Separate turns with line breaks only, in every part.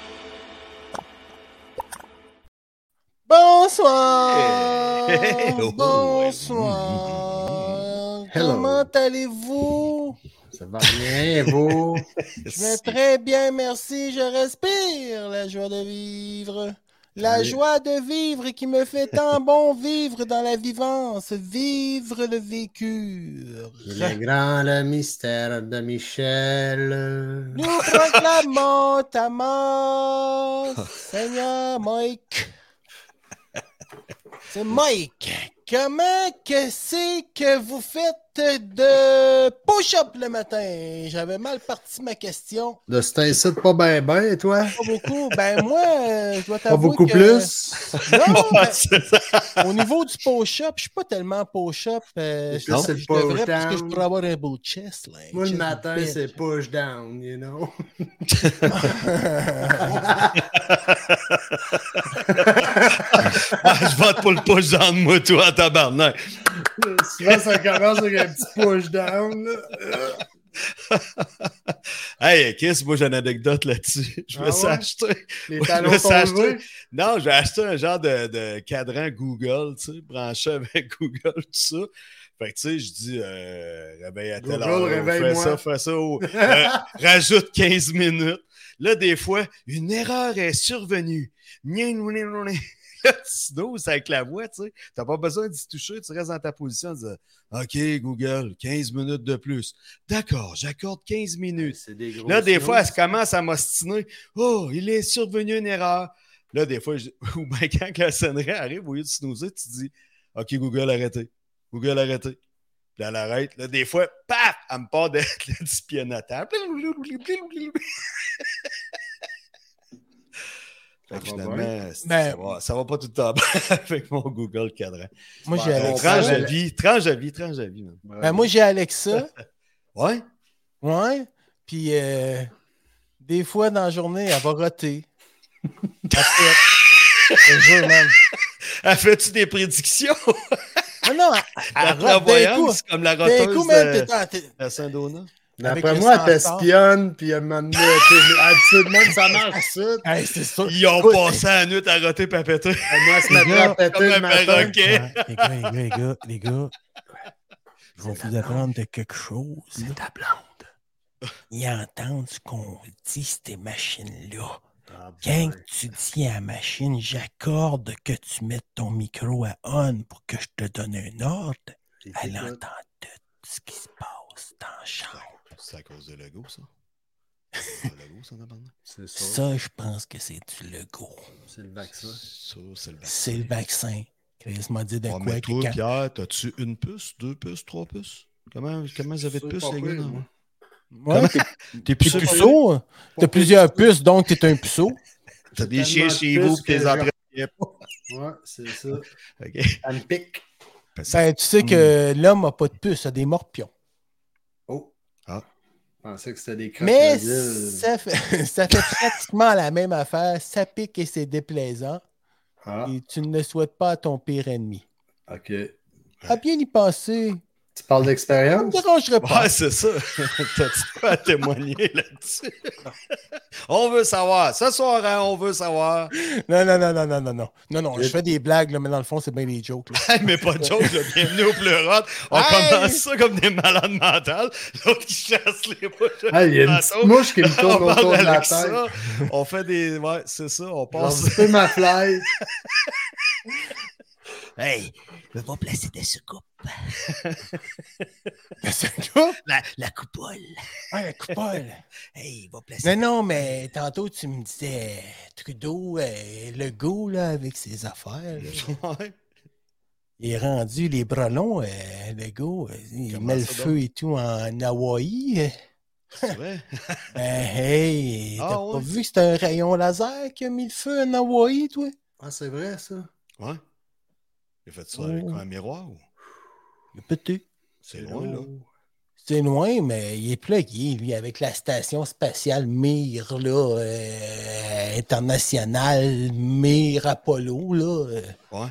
Bonsoir, bonsoir.
Oh, Hello.
Comment allez-vous?
Ça va bien, vous?
Je vais très bien, merci. Je respire la joie de vivre. La
Allez.
joie de vivre qui me fait tant bon vivre dans la vivance. Vivre le vécu.
Le grand le mystère de Michel.
Nous proclamons ta mort, Seigneur Mike. C'est Mike. Comment que c'est que vous faites de push-up le matin? J'avais mal parti ma question.
De cet incite pas bien, ben, toi?
Pas beaucoup. Ben moi, euh, je dois
Pas
t'avouer
beaucoup
que-
plus?
Non,
Ouais,
mais
c'est ça.
au niveau du push-up, je suis pas tellement push-up. euh, je
Non?
je
C'est le
devrais
push
parce que je
down.
pourrais avoir un beau chest. là, un
Moi, le
chest de
matin,
bitch.
c'est push down, you know?
Ah, je vote pour le push down, moi, toi, tabarnak.
Souvent, ça commence avec un petit push down. là.
Hey, Chris, moi, j'ai une anecdote là-dessus. Je me
Ah
suis
ouais?
acheté.
Les
Ouais,
talons
mais ça
sont
acheté-
levés.
Non, j'ai acheté un genre de, de cadran Google, tu sais, branché avec Google, tout ça. Fait que, tu sais, je dis, euh, réveille à telle
Google,
heure, fais
réveille-moi.
ça, fais ça, ou, euh, rajoute 15 minutes. Là, des fois, une erreur est survenue. Nya, nya, nya, nya. Là, tu snooze avec la voix, tu sais. T'as pas besoin d'y toucher, tu restes dans ta position en disant, OK, Google, 15 minutes de plus. D'accord, j'accorde 15 minutes.
C'est des gros.
Là, des
snooze.
fois, elle se commence à m'ostiner. Oh, il est survenu une erreur. Là, des fois, je- ou bien quand que la sonnerie arrive, au lieu de snoozer, tu dis OK, Google, arrêtez. Google, arrêtez. Puis là, elle arrête. Là, des fois, paf, elle me part de, de- du pianotant.
Ça
Fait que
va bien.
finalement, c'est-
Ben-
ça, va, ça va pas tout le temps bien avec mon Google cadran.
Moi, j'ai
Ben,
Euh,
on
Alexa.
tranche
parle-
de vie, tranche de vie, tranche de vie. man.
Ben, moi, j'ai Alexa.
Ouais?
Ouais. Puis euh, des fois dans la journée, elle va roter. Après, je te jure, man.
Elle fait-tu des prédictions?
Ah Non, non, elle-
La
elle rote d'un coup.
prévoyance, comme la
D'un
roteuse
coup, man,
de,
t'es en- t'es-
de Saint-Donat?
D'après
avec
Ben, moi,
le
elle t'espionne, puis elle m'a donné. Elle te dit de même, ça marche, ça.
Hey, c'est sûr.
Ils ont
Écoute,
passé la nuit à roter pis à péter.
Euh, Moi, elle se mettait à péter
Comme
le
un
matin.
perroquet.
Ouais, Les gars, les gars, les gars, les gars, je vais vous apprendre de quelque chose. C'est ta blonde. Ils entendent ce qu'on dit, ces machines-là.
Ah,
Quand
ben.
tu dis à la machine, j'accorde que tu mettes ton micro à on pour que je te donne un ordre, elle entend tout ce qui se passe dans la chambre.
C'est à cause de Lego, ça. Lego, ça,
C'est ça.
Ça, je pense que c'est du Lego.
C'est le vaccin.
Ça, c'est le
C'est le vaccin. Chris m'a dit de
Oh,
quoi
mais
que
toi,
quand-
Pierre, t'as-tu une puce, deux puces, trois puces? Comment, comment vous avez de
C'est
puces,
pas
les
pire, hein.
gars? dans-
moi.
Ouais, t'es-
T'es
t'es
puceux, pas pire?
puceau. hein. T'as plusieurs puces, donc t'es un puceau.
T'as des
Tellement
chiens chez
de
vous
puces
pis t'es
que
entraînes.
Ouais, c'est ça.
OK.
Elle me pique.
Parce-
Ben, tu sais que l'homme n'a pas de puce, il a des morpions.
Oh.
Ah.
Je pensais que c'était des crocodiles.
Mais ça fait, ça fait pratiquement la même affaire. Ça pique et c'est déplaisant.
Ah,
Et tu ne le souhaites pas à ton pire ennemi.
ok. Tu
À bien y penser,
parles
ça ne me
d'expérience?
dérangerait pas.
Ouais, c'est ça. T'as-tu pas à témoigner là-dessus? on veut savoir. Ce soir, hein, on veut savoir.
Non, non, non, non, non, non, non. Non, non, je fais des blagues, là, mais dans le fond, c'est bien des jokes. là.
Hey, mais pas de joke, là. bienvenue au pleurote. On
Hey!
commence ça comme des malades mentales. L'autre qui chasse les bouches.
Ah, il y a une petite mouche qui me
on
tourne autour
parle
de la
avec
tête.
ça. On fait des. Ouais, c'est ça, on
Genre,
passe.
c'est peu ma fly.
Hey,
Je vais placer des soucoupes.
Mais c'est quoi?
La, la coupole.
Ah, la coupole.
Hey, il va placer.
Non, non, mais tantôt, tu me disais Trudeau, euh, le go, là, avec ses affaires. là.
ouais.
Il est rendu les bras longs, euh, le go. euh, Il
Comment
met le
ça
feu et tout en Hawaï. euh.
c'est vrai.
Ben, hey,
Ah,
t'as pas
ouais.
vu que c'est un rayon laser qui a mis le feu en Hawaï, toi?
Ah, c'est vrai, ça.
Ouais. Il fait ça avec
Oh.
un miroir ou?
Il a pété.
C'est loin, là.
Oh. C'est loin, mais il est plugué, lui, avec la station spatiale Mir, là, euh, internationale Mir Apollo, là. euh.
Ouais.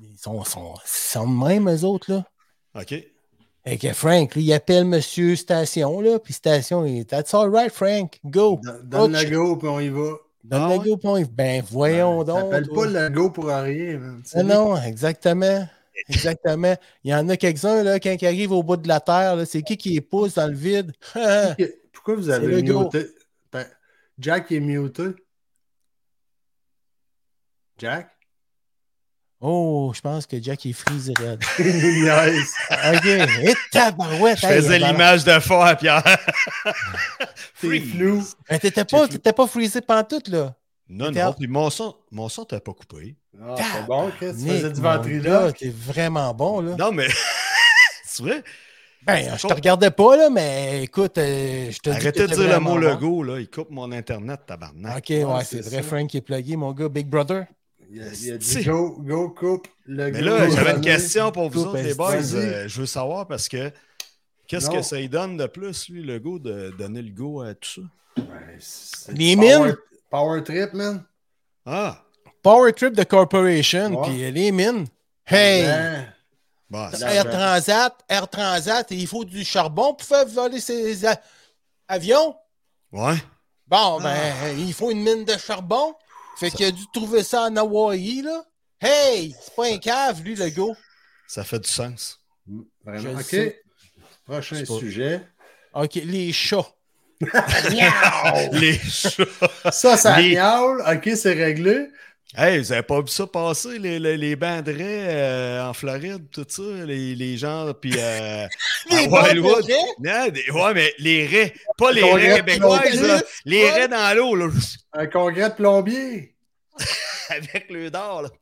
Ils sont, sont, sont de même, eux autres, là.
OK.
Fait que Frank, lui, il appelle Monsieur Station, là, puis Station, il est « That's all right, Frank, go!
Donne
Coach.
le go, puis on y va.
Donne
Ah
le
ouais?
go point. Ben, voyons
Ça
donc.
s'appelle
toi. Ah,
pas le go pour rien. man, tu sais.
Non, non, exactement. Exactement. Il y en a quelques-uns, là, quand ils arrivent au bout de la terre, là, c'est qui qui les pousse dans le vide?
Pourquoi vous
le
avez
go.
muté? Ben, Jack est muté. Jack?
oh, je pense que Jack est freeze raide.
nice.
OK. Et tabarouette!
Je
hey,
faisais
alors-
l'image de fort à Pierre.
T'es flou.
Mais t'étais pas, t'étais pas freezé pantoute, là.
Non,
Pierre.
non, puis mon son, mon son t'a pas coupé.
Ah, c'est bon, Chris. Tu faisais
Nick,
du
mon gars,
ventriloque.
T'es vraiment bon, là.
Non, mais. c'est vrai?
Ben, je te regardais pas, là, mais écoute, euh, je te dis que
Arrêtez de
t'es
dire le
vraiment
mot
bon.
logo, là. Il coupe mon Internet, tabarnak.
OK, ouais,
Ouais,
c'est
c'est
vrai.
ça.
Frank est plugué, mon gars. Big Brother.
Il a, il a
Si.
dit go, go, coupe. Le
Mais
go,
là,
go,
j'avais une
donner.
question pour vous
Coupe,
autres, les
est-ce
boys.
que-
Euh, je veux savoir parce que. Qu'est-ce
Non.
que ça lui donne de plus, lui, le go, de donner le go à tout ça?
Ouais, c'est-
Les
power-
mines?
Power trip, man.
Ah!
Power Trip de Corporation,
Ouais.
puis euh, les mines. Hey!
Ben,
Bon,
Ça-
bah, ça-
Air Transat, Air Transat, et il faut du charbon pour faire voler ces a- avions.
ouais. Ah.
Bon, ben, il faut une mine de charbon. Fait qu'il a dû trouver ça en Hawaï, là. Hey! C'est pas un cave, lui, le gars.
Ça fait du sens.
Je
Vraiment.
le
OK.
sais.
Prochain
C'est pas-
sujet.
OK, les chats.
Les chats.
Ça, ça
Les-
miaule. OK, c'est réglé.
Hey, vous avez pas vu ça passer, les, les, les banderets euh, en Floride, tout ça, les, les gens, puis... Euh,
Les
à Wildwood.
bons de vrai?
Non, des- ouais, mais les raies, pas les
Qu'on
raies
reste
québécoises,
longtemps.
là, les
Ouais.
raies dans l'eau, là,
Un congrès de plombier.
avec le d'or, là.
OK,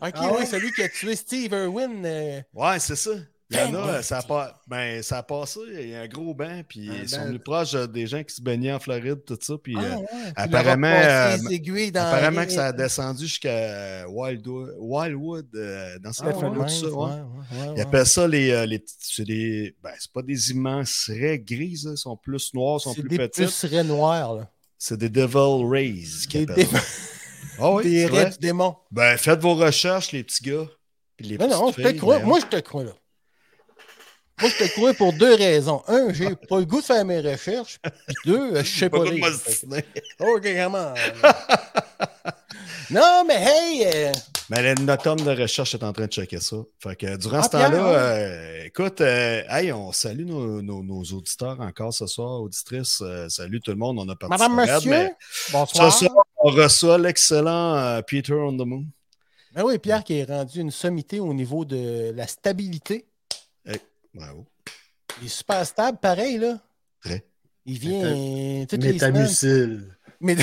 Ah
oui,
ouais?
celui qui a tué Steve Irwin. euh,
Ouais, c'est ça. Il y en a,
Damn.
ça a, pas- ben, ça a passé, il y a un gros banc, puis
Un
ils sont
banc.
venus proches euh, des gens qui se baignaient en Floride, tout ça, puis
ah,
euh,
ouais, puis il
apparemment,
leur a passé
euh,
les aiguilles dans
apparemment que ça a descendu jusqu'à Wildwood, Wildwood euh, dans ce
Ah, ouais,
là tout ça,
ouais,
ouais.
ouais, ouais,
Ils
ouais.
appellent ça les, euh, les petites- c'est des, ben, c'est pas des immenses raies grises, hein, sont plus noires, sont
C'est
plus
des
petites.
pucerets noirs, là.
C'est des Devil Rays qu'ils
Des,
appellent.
démons-
Ah oui,
des
c'est vrai.
raies du démon.
Ben, faites vos recherches, les petits gars. Puis les
Mais
petites
non, je te
filles,
crois.
mais-
Moi, je te crois, là. Moi, je te crois pour deux raisons. Un, j'ai pas le goût de faire mes recherches. Puis deux, euh, je sais
Pas
pas.
de
lire.
m'ostiner.
Oh, clairement. non, mais hey! euh,
Mais le- notre homme de recherche est en train de checker ça. Fait que durant
Ah,
ce temps-là,
Pierre, ouais.
euh, écoute, euh, hey, on salue nos, nos- nos auditeurs encore ce soir, auditrices. Euh, salut tout le monde, on a parti.
Madame,
raide,
monsieur,
mais
bonsoir.
ce soir, on reçoit l'excellent euh, Peter on the Moon.
Ben oui, Pierre qui est rendu une sommité au niveau de la stabilité.
Bravo.
Il est super stable, pareil, là.
Très.
Il vient euh, toutes les semaines.
Métamucil.
Mais...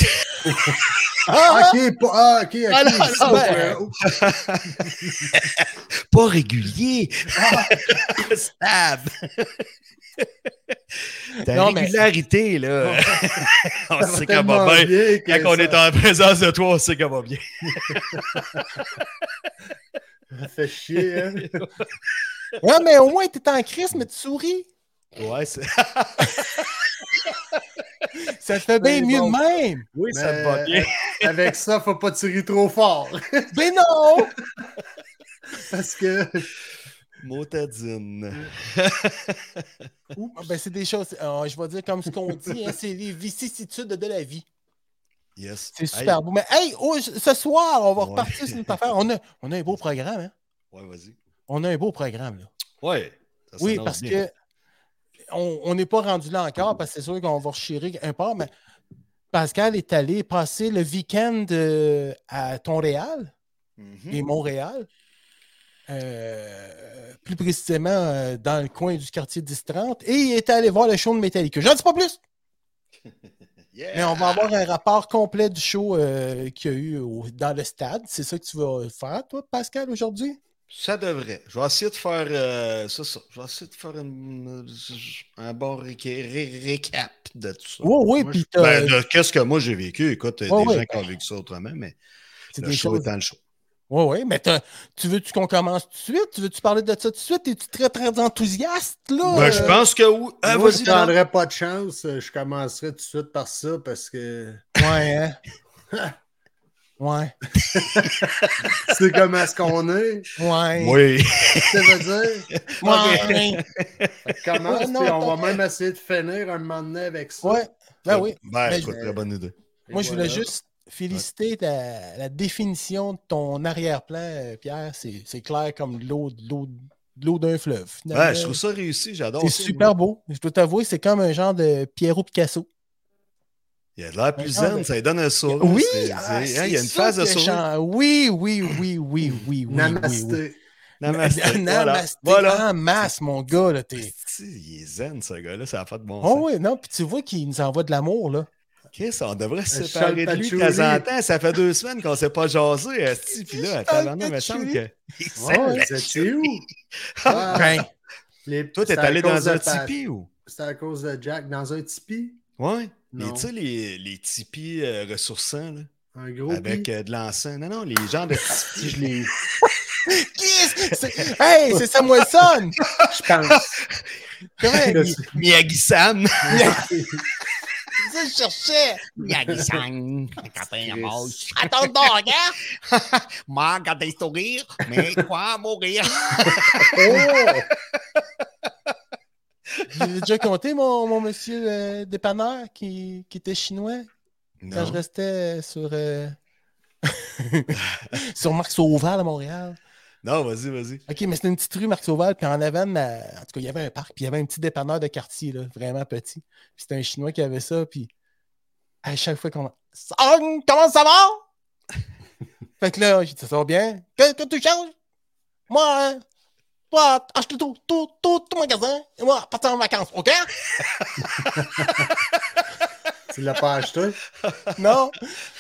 Ah,
ah,
ok, pas- ah, ok, ok.
Ah, non,
c'est
non,
pas-
ben-
oh,
Pas régulier. Stab. Ta
Non, mais-
régularité, là.
ah,
on
ça va
sait qu'elle va
tellement
bien.
bien que
Quand on
ça-
est en présence de toi, on sait qu'elle va bien.
ça fait chier, hein.
ouais, mais au moins, t'es en crise, mais tu souris.
Ouais, c'est-
Ça te fait bien
Mais
mieux
bon.
de même.
oui, ça te
Mais-
va bien.
Avec ça, faut pas tirer trop fort.
Mais non!
Parce que.
Motadine.
Ou- ben, c'est des choses, euh, je vais dire comme ce qu'on dit, hein, c'est les vicissitudes de la vie.
Yes.
C'est super beau. Mais hey, au- ce soir, on va
Ouais.
repartir sur notre affaire. On a, on a un beau programme. Hein?
Hey, Ouais, vas-y.
On a un beau programme. là.
Ouais. ça
Oui,
s'annonce
parce
bien.
que on on n'est pas rendu là encore, parce que c'est sûr qu'on va rechirer un peu, mais Pascal est allé passer le week-end euh, à Montréal
Mhm.
et Montréal. euh, plus précisément euh, dans le coin du quartier 10-30 et il est allé voir le show de Metallica. J'en dis pas plus!
Yeah.
Mais on va avoir un rapport complet du show euh, qu'il y a eu au- dans le stade. C'est ça que tu vas faire, toi, Pascal, aujourd'hui?
Ça devrait. Je vais essayer de faire. euh, c'est ça. Je vais essayer de faire une- euh, un bon réca- ré- récap de tout ça.
Oui, oui,
Moi,
puis
je-
t'as-
Ben, de qu'est-ce que moi j'ai vécu? Écoute, il y a
Ouais,
des
ouais.
gens qui ont vécu ça autrement, mais
c'est
le
des
show
choses.
étant le show.
Oui, oui, mais t'as- tu veux-tu qu'on commence tout de suite? Tu veux-tu parler de ça tout de suite? Es-tu très, très enthousiaste, là?
Ben, je
Euh,
pense que oui. Ah,
moi,
vas-y,
je
Dan.
prendrais pas de chance. euh, Je commencerais tout de suite par ça parce que
Ouais, hein? ouais,
c'est comme est-ce qu'on est.
ouais.
Oui.
Ça veut dire.
ouais.
Fait que Commence,
Ouais, non,
puis on va
t'as-
même essayer de finir un moment donné avec ça.
Ouais. Ben oui.
Ben,
Mais-
écoute, très bonne idée.
Moi, je voulais
voilà.
juste féliciter la, la définition de ton arrière-plan, euh, Pierre. C'est c'est clair comme de l'eau de l'eau- de l'eau d'un fleuve. finalement.
Ouais, Ben, je trouve ça réussi, j'adore.
ben, euh, c'est
ça,
super
moi.
beau. Je dois t'avouer, c'est comme un genre de Piero Picasso.
Il a de l'air plus
Ouais, Ben, non,
zen,
mais-
ça lui donne un sourire.
Oui,
c'est- c'est-
ah,
hein,
c'est
il y a une
ça
phase de
que je
sourire.
chante. Oui, oui, oui, oui, oui, oui, oui, oui.
Namasté.
Namasté. Voilà.
Namasté
Voilà.
en masse, mon gars. Là, t'es-
Esti, Il est zen, ce gars-là, ça n'a pas de bon sens.
Oh oui, non, puis tu vois qu'il nous envoie de l'amour, là.
Chris, on devrait se séparer de lui de
Euh, Charles
temps en
Patchouli.
temps. Ça fait deux semaines qu'on ne s'est pas jasé, Esti. Puis là, attends, il me semble que.
Ouais, c'était où? Ah,
Ben,
les-
Toi, t'es
c'était à
allé
cause
dans
de
un
Pat-
tipi ou?
C'était à cause de Jack. Dans un tipi?
Ouais. Mais
Non.
tu sais, les, les tipis euh, ressourçants, là,
Un
Oh
gros
avec
pi?
euh, de l'encens. Non, non, les gens de
Si
tipis.
je l'ai eu.
Chris, c'est- Hey, c'est Samuelson!
Je pense.
Comment
Le-
il-
Miyagi-san.
je cherchais?
Miyagi-san, quand t'es
Chris.
mort. Attends donc, hein? Mort quand t'es sourire, mais quoi mourir?
Oh!
J'ai déjà compté mon, mon monsieur euh, dépanneur qui, qui était chinois quand je
Non.
restais sur, euh, sur Marc Sauval à Montréal.
non, vas-y, vas-y.
OK, mais c'était une petite rue, Marc Sauval, puis en avant, de ma- en tout cas, il y avait un parc, puis il y avait un petit dépanneur de quartier, là, vraiment petit. Puis c'était un Chinois qui avait ça, puis à chaque fois qu'on... Song, comment ça va? fait que là, j'ai dit, ça va bien? Que, que tu changes? Moi, hein, toi, achète tout, tout, tout, tout magasin, et moi, partir en vacances, OK?
Tu l'as pas acheté?
non.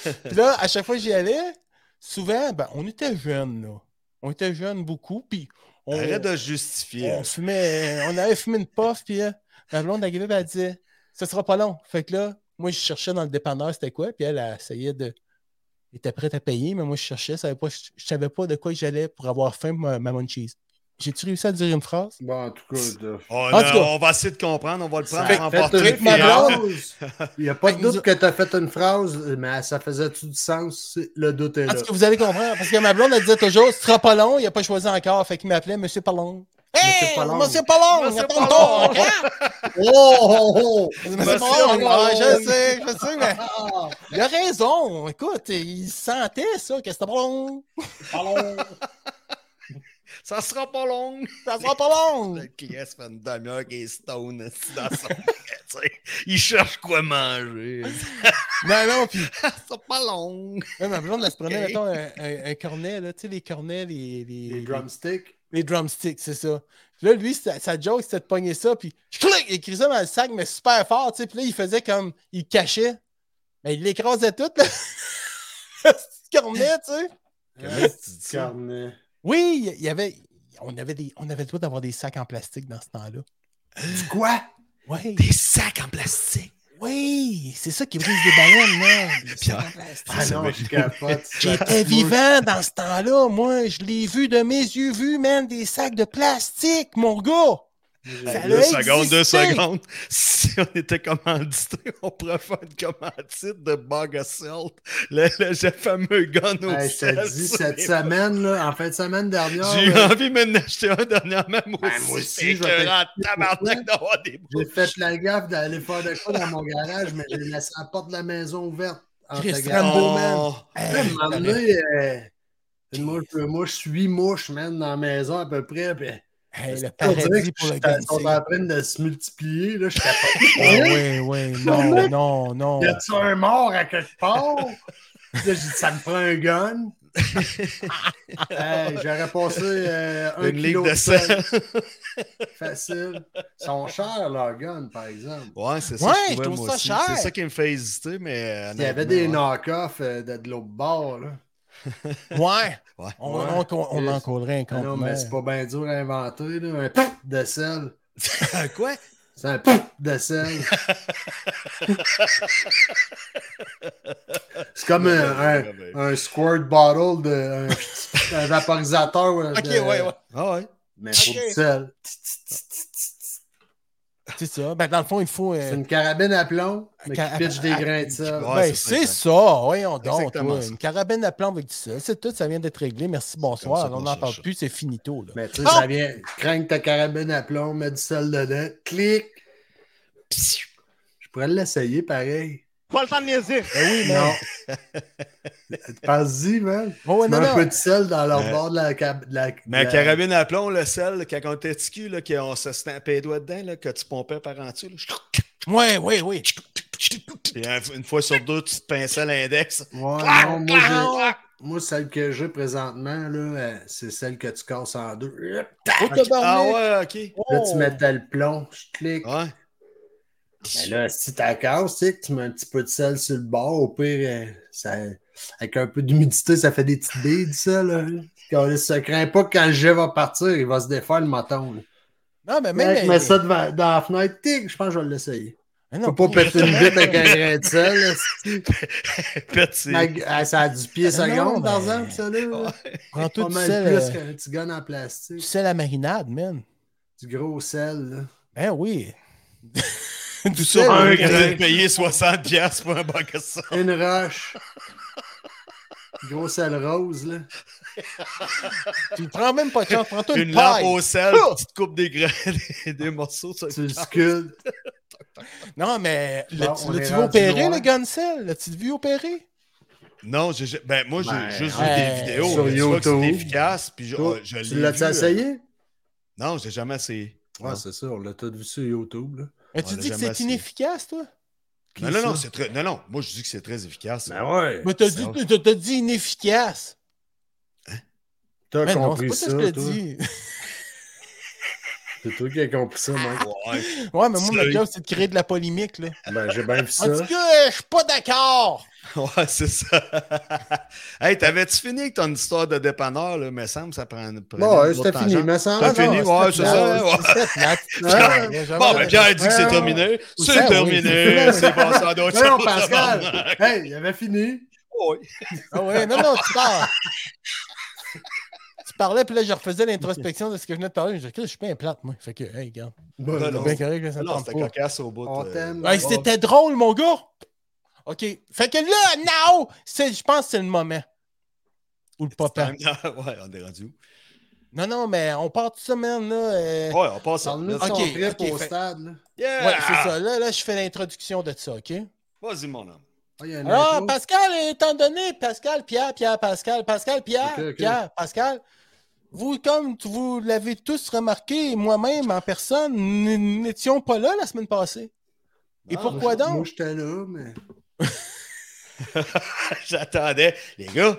Puis là, à chaque fois que j'y allais, souvent, ben, on était jeunes, là. On était jeunes beaucoup, puis on,
Arrête de justifier.
on fumait, on avait fumé une puff, puis euh, ma blonde arrivait, puis elle disait, ça sera pas long. Fait que là, moi, je cherchais dans le dépanneur, c'était quoi, puis elle, elle essayait de... Elle était prête à payer, mais moi, je cherchais, je savais pas, je, je savais pas de quoi j'allais pour avoir faim pour ma, ma munchies. J'ai-tu réussi à dire une phrase?
Bon, en tout cas, là,
Oh,
En
non,
tout cas.
on va essayer de comprendre, on va le
Ça
prendre
a
en
fait
portrait.
une
puis, euh,
blonde.
phrase. Il n'y a pas
Fait
de
que nous-
doute que tu as fait une phrase, mais ça faisait-tu du sens? Ah, C'est- Le doute est
En
là.
tout cas, vous allez comprendre, Ah, parce que ma blonde, elle disait toujours, ce sera pas long, il a pas choisi encore, fait qu'il m'appelait Monsieur Palon. Hey,
Monsieur Palon.
Monsieur Palon,
Monsieur
attends
Palon.
ton temps.
Oh, oh, oh!
hein? Monsieur
Monsieur
Palon,
Palon.
ouais, je sais, je sais, mais
Ah,
il a raison. Écoute, il sentait ça, que c'était pas long.
ballon.
Ça sera pas long.
Ça sera pas long.
Le client se fait une demi-heure qu'il est stone esti, dans son tu sais. Il cherche quoi manger.
Non, non, puis
Ah, Ça sera pas long.
ouais, ma blonde, elle se prenait,
Ok.
mettons, un, un- un cornet, là, tu sais, les cornets, les, les,
Les drumsticks.
les drumsticks, c'est ça. Puis là, lui, sa, sa joke, c'était de pogner ça, puis clic, il écrit ça dans le sac, mais super fort, tu sais. Puis là, il faisait comme, il cachait, mais il l'écrasait tout, là. Le petit cornet, tu sais.
Comment tu dis ça?
Carnet.
Oui, il y avait, on avait, des, on avait le droit d'avoir des sacs en plastique dans ce temps-là.
Quoi?
Oui,
Des sacs en plastique.
oui, c'est ça qui brise des ballons, là. Des sacs en plastique.
Ah
Ça,
non,
mais-
je capote.
J'étais vivant dans ce temps-là, moi. Je l'ai vu de mes yeux vus, man, des sacs de plastique, mon gars. Ça
Deux
l'a
secondes, deux
existé.
secondes. Si on était commandité, on pourrait faire une commandite de Bug Assault. Le, le- le fameux gun au
Hey, je te
sel,
dis,
ça,
cette
les-
semaine, là, en fin de semaine dernière,
J'ai eu
là,
envie de m'en acheter un dernièrement, moi
Ben,
aussi.
moi aussi,
C'est
je vais
écœurant, tabarnak d'avoir des
j'ai fait la gaffe d'aller faire de quoi dans mon garage, mais j'ai laissé la porte de la maison ouverte. entre
Chris
garage-
Rambo. beau man.
Oh.
Là, à un
Hey,
moment donné, euh, une mouche, deux mouches, huit mouches, man, dans la maison à peu près. puis-
hey, le
On dirait
paradis
que
pour le
j'étais- sont
gun.
en train de se multiplier. Là, je capote.
Ah Oui, oui, non, non, non.
Y a-tu un mort à quelque part? Là, j'ai dit, ça me prend un gun. Hey, J'aurais passé euh, un
Une
kilo
ligue de sel.
Facile. Ils sont chers, leurs guns, par exemple.
Ouais, c'est ça.
Ouais,
que
je
trouvais,
trouve
moi
ça
aussi.
cher.
C'est ça qui me fait hésiter, mais.
Il y avait des knock-offs euh, de, de l'autre bord. Là.
Ouais.
Ouais.
On,
Ouais.
on, on, on en collerait un
Ah non, mais c'est
compte.
pas bien dur à inventer. Là. Un pouf de sel.
Quoi?
C'est un pouf de sel. c'est comme euh, un, un- un squirt bottle, de, un, un vaporisateur. ouais,
Ok,
de-
ouais, ouais.
Ah ouais.
Mais pour
Ok.
du sel.
C'est ça. Ben, dans le fond, il faut. euh,
C'est une carabine à plomb, mais
Ca- ah,
qui pitche des
à-
grains de sel.
Ouais,
ben,
c'est
c'est ça, voyons donc.
Exactement
toi.
ça.
Une carabine à plan avec du sel. C'est tout, ça vient d'être réglé. Merci,
ça
bonsoir.
qu'on
On n'en parle
cherche.
plus, c'est finito. Là.
Mais tu sais,
Ah!
ça vient. Crains que ta carabine à plomb, mets du sel dedans. Clic. Je pourrais l'essayer pareil.
Pas le temps de niaiser.
Ben oui, man.
Non. Vas-y, man.
Oh, ouais,
Mets
non,
un
non.
peu de sel dans leur
Euh,
bord de la, cab- de la-
Mais la
de la-
carabine à plomb, le sel, quand on était ticu, là, qu'on se stampait les doigts dedans, là, que tu pompais par en dessous. là.
Ouais, ouais, ouais.
Puis un- une fois sur deux, tu te pinçais l'index.
Ouais, non, moi, j'ai- moi, celle que j'ai présentement, là, euh, c'est celle que tu casses en deux.
Oh,
Ah
tabarnak.
ouais, ok.
Là,
Oh.
tu mettais le plomb, je clique.
Ouais.
Mais là, si t'as casse, tu sais, tu mets un petit peu de sel sur le bord, au pire, euh, ça, avec un peu d'humidité, ça fait des petites billes, ça, là. Quand se craint pas que quand le jet va partir, il va se défaire le moton. là.
Non, mais
Mec,
même. euh,
mets ça devant- dans la fenêtre, tic, je pense que je vais l'essayer.
Mais
Faut
non,
pas péter une bite avec un grain de sel, là.
Petit.
Ma gu- ah, Ça a du pied
Non,
seconde, par
mais- Oh,
exemple, ça, là.
prends tout
Pas
du
mal
sel,
plus
euh,
qu'un petit gun en
du
plastique.
sel à marinade, man.
Du gros sel, là.
Ben oui.
Tout
sel,
ça pour
un
un
grain.
payer 60$ piastres pour un bac à ça.
Une roche. Gros sel rose, là.
Tu prends même pas de chance, prends-toi une,
Une lampe
paille.
au sel,
Oh!
Ah!
tu te coupes des grains, des, des morceaux. ça.
Tu le sculptes.
Non, mais
Bon, on est
l'as-tu vu
rendu
opérer,
loin.
le gun sel? L'as-tu vu opérer?
Non, j'ai- j'ai- ben, moi, j'ai
Ben,
juste vu
ouais,
des vidéos.
sur
mais je vois que
YouTube.
C'est efficace. Puis je,
Toi,
je l'ai
tu l'as-tu
vu, euh,
essayé?
Non, j'ai jamais essayé.
Ouais, c'est ça, on l'a tout vu sur YouTube. Là.
As-tu
On l'a
dit que
jamais
c'est
essayé.
inefficace, toi?
Non, non, non,
c'est.
c'est très. Non, non, moi, je dis que c'est très efficace.
Ben ouais.
Mais t'as
c'est
dit,
vrai.
t'as- t'as dit inefficace. Mais non,
T'as
c'est
compris
pas
ça,
ça que je te
toi.
dis.
C'est toi qui as compris ça, Mike.
Ouais.
Ouais, mais moi, mon
Sorry.
job, c'est de créer de la polémique, là.
Ben, j'ai bien vu
En
ça.
tout cas, je suis pas d'accord.
Ouais, c'est ça. hey, t'avais-tu fini avec ton histoire de dépanneur, là? Mais semble, ça prend.
Bon, ouais, c'était fini, mais ça.
T'as fini,
non,
ouais, c'est ça. ouais.
Ouais, mais jamais
Bon,
la-
ben, Pierre a dit que c'est
Ouais,
terminé.
Ouais,
C'est
oui.
terminé. C'est passé à d'autres
Non,
choses.
Pascal! Oh, Hey, il avait fini.
Ouais.
Ah ouais, non, non, tu parles. tu parlais, puis là, je refaisais l'introspection de ce que je venais de parler. Je disais, Christ, je suis bien plate, moi. Fait que, hey, regarde.
Bon,
Non,
non.
non.
Bien correct, là, ça
Non,
ne
c'était
tente pas.
cocasse au bout.
On
euh,
t'aime.
Hey, c'était drôle, mon gars! OK. Fait que là, now, c'est- je pense que c'est le moment. Ou le papa.
time now. Ouais, on est rendu où?
Non, non, mais on part toute semaine, là. euh,
Ouais, on passe à
Eh, Parle-nous de
Ok,
son trip
ok,
au
fait-
stade. là.
Yeah!
Ouais, c'est ça. Là, là, je fais l'introduction de ça, OK?
Vas-y, mon homme.
Ah, il y a un
Ah,
intro.
Pascal, étant donné, Pascal, Pierre, Pierre, Pascal, Pascal, Pierre,
Ok, ok.
Pierre, Pascal, vous, comme t- vous l'avez tous remarqué, moi-même en personne, nous n'étions pas là la semaine passée. Et
Ah,
pourquoi
Moi,
donc?
j'étais là, mais.
J'attendais. Les gars,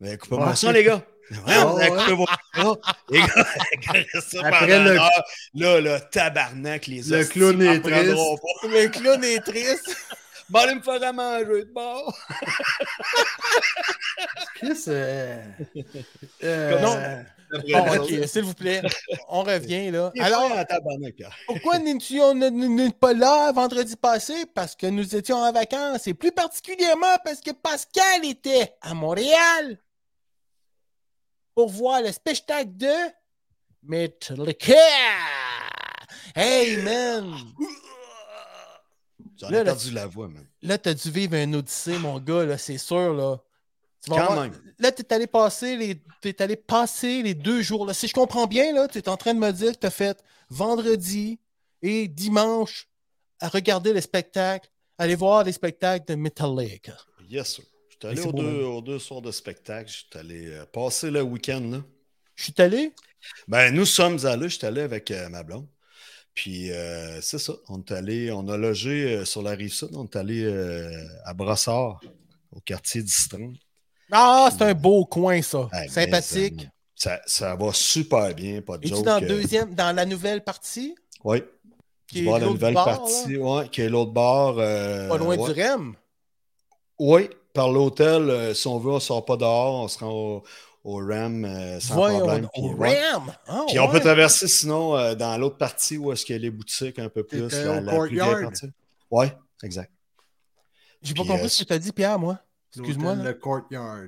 ben, coupez-moi
Ouais.
ça, les gars. Ouais, on a
Ouais.
coupé vos caméras. Les gars, regardez ça
Après
pendant
le-
une heure. Là, le tabarnak, les
Le clown est triste.
Le clown est triste.
Bon, allez me faire à manger de bord.
Qu'est-ce que euh,
Non. Bon, OK, s'il vous plaît, on revient là.
Alors,
Alors,
en tabarnak, Pierre.
pourquoi n'étions nous- nous- nous pas là vendredi passé? Parce que nous étions en vacances et plus particulièrement parce que Pascal était à Montréal pour voir le spectacle de Metallica. Hey man!
J'en
Là, là-
ai perdu la voix, man.
Là, t'as dû vivre un odyssée, mon gars, là, c'est sûr, là. Tu vas
Quand
voir-
même.
Là, t'es allé passer les. t'es allé passer les deux jours. Là. Si je comprends bien, là, tu es en train de me dire que tu as fait vendredi et dimanche à regarder les spectacles, aller voir les spectacles de Metallica.
Yes, sir. Je suis
Mais
allé
c'est
aux
beau,
deux,
man.
aux deux soirs de spectacle. Je suis allé euh, passer le week-end, là.
Je suis allé?
Ben, nous sommes allés, je suis allé avec euh, ma blonde. Puis, euh, c'est ça, on est allé, on a logé euh, sur la rive sud, on est allé euh, à Brossard, au quartier d'Istran.
Ah, c'est un beau coin, ça.
Ah, mais
Sympathique.
Ça, ça va super bien, pas de
Es-tu
joke. euh,
dans le deuxième, dans la nouvelle partie?
Oui.
Qui
du
est
bord de la
l'autre
nouvelle
bord,
partie, ouais, qui est l'autre bord. euh,
Pas loin
ouais.
du REM?
Oui, par l'hôtel, euh, si on veut, on sort pas dehors, on se rend au, au RAM euh, sans
Voyons,
problème.
au
puis, ouais.
REM! Ah,
Puis on peut
ouais.
traverser sinon euh, dans l'autre partie où est-ce qu'il y a les boutiques un peu plus.
T'étais
la-
au
la plus vieille
courtyard.
partie. Ouais, exact.
J'ai pas
puis,
compris
euh,
ce que tu as dit, Pierre, moi. Excuse-moi,
Excuse-moi.
là.
Le courtyard.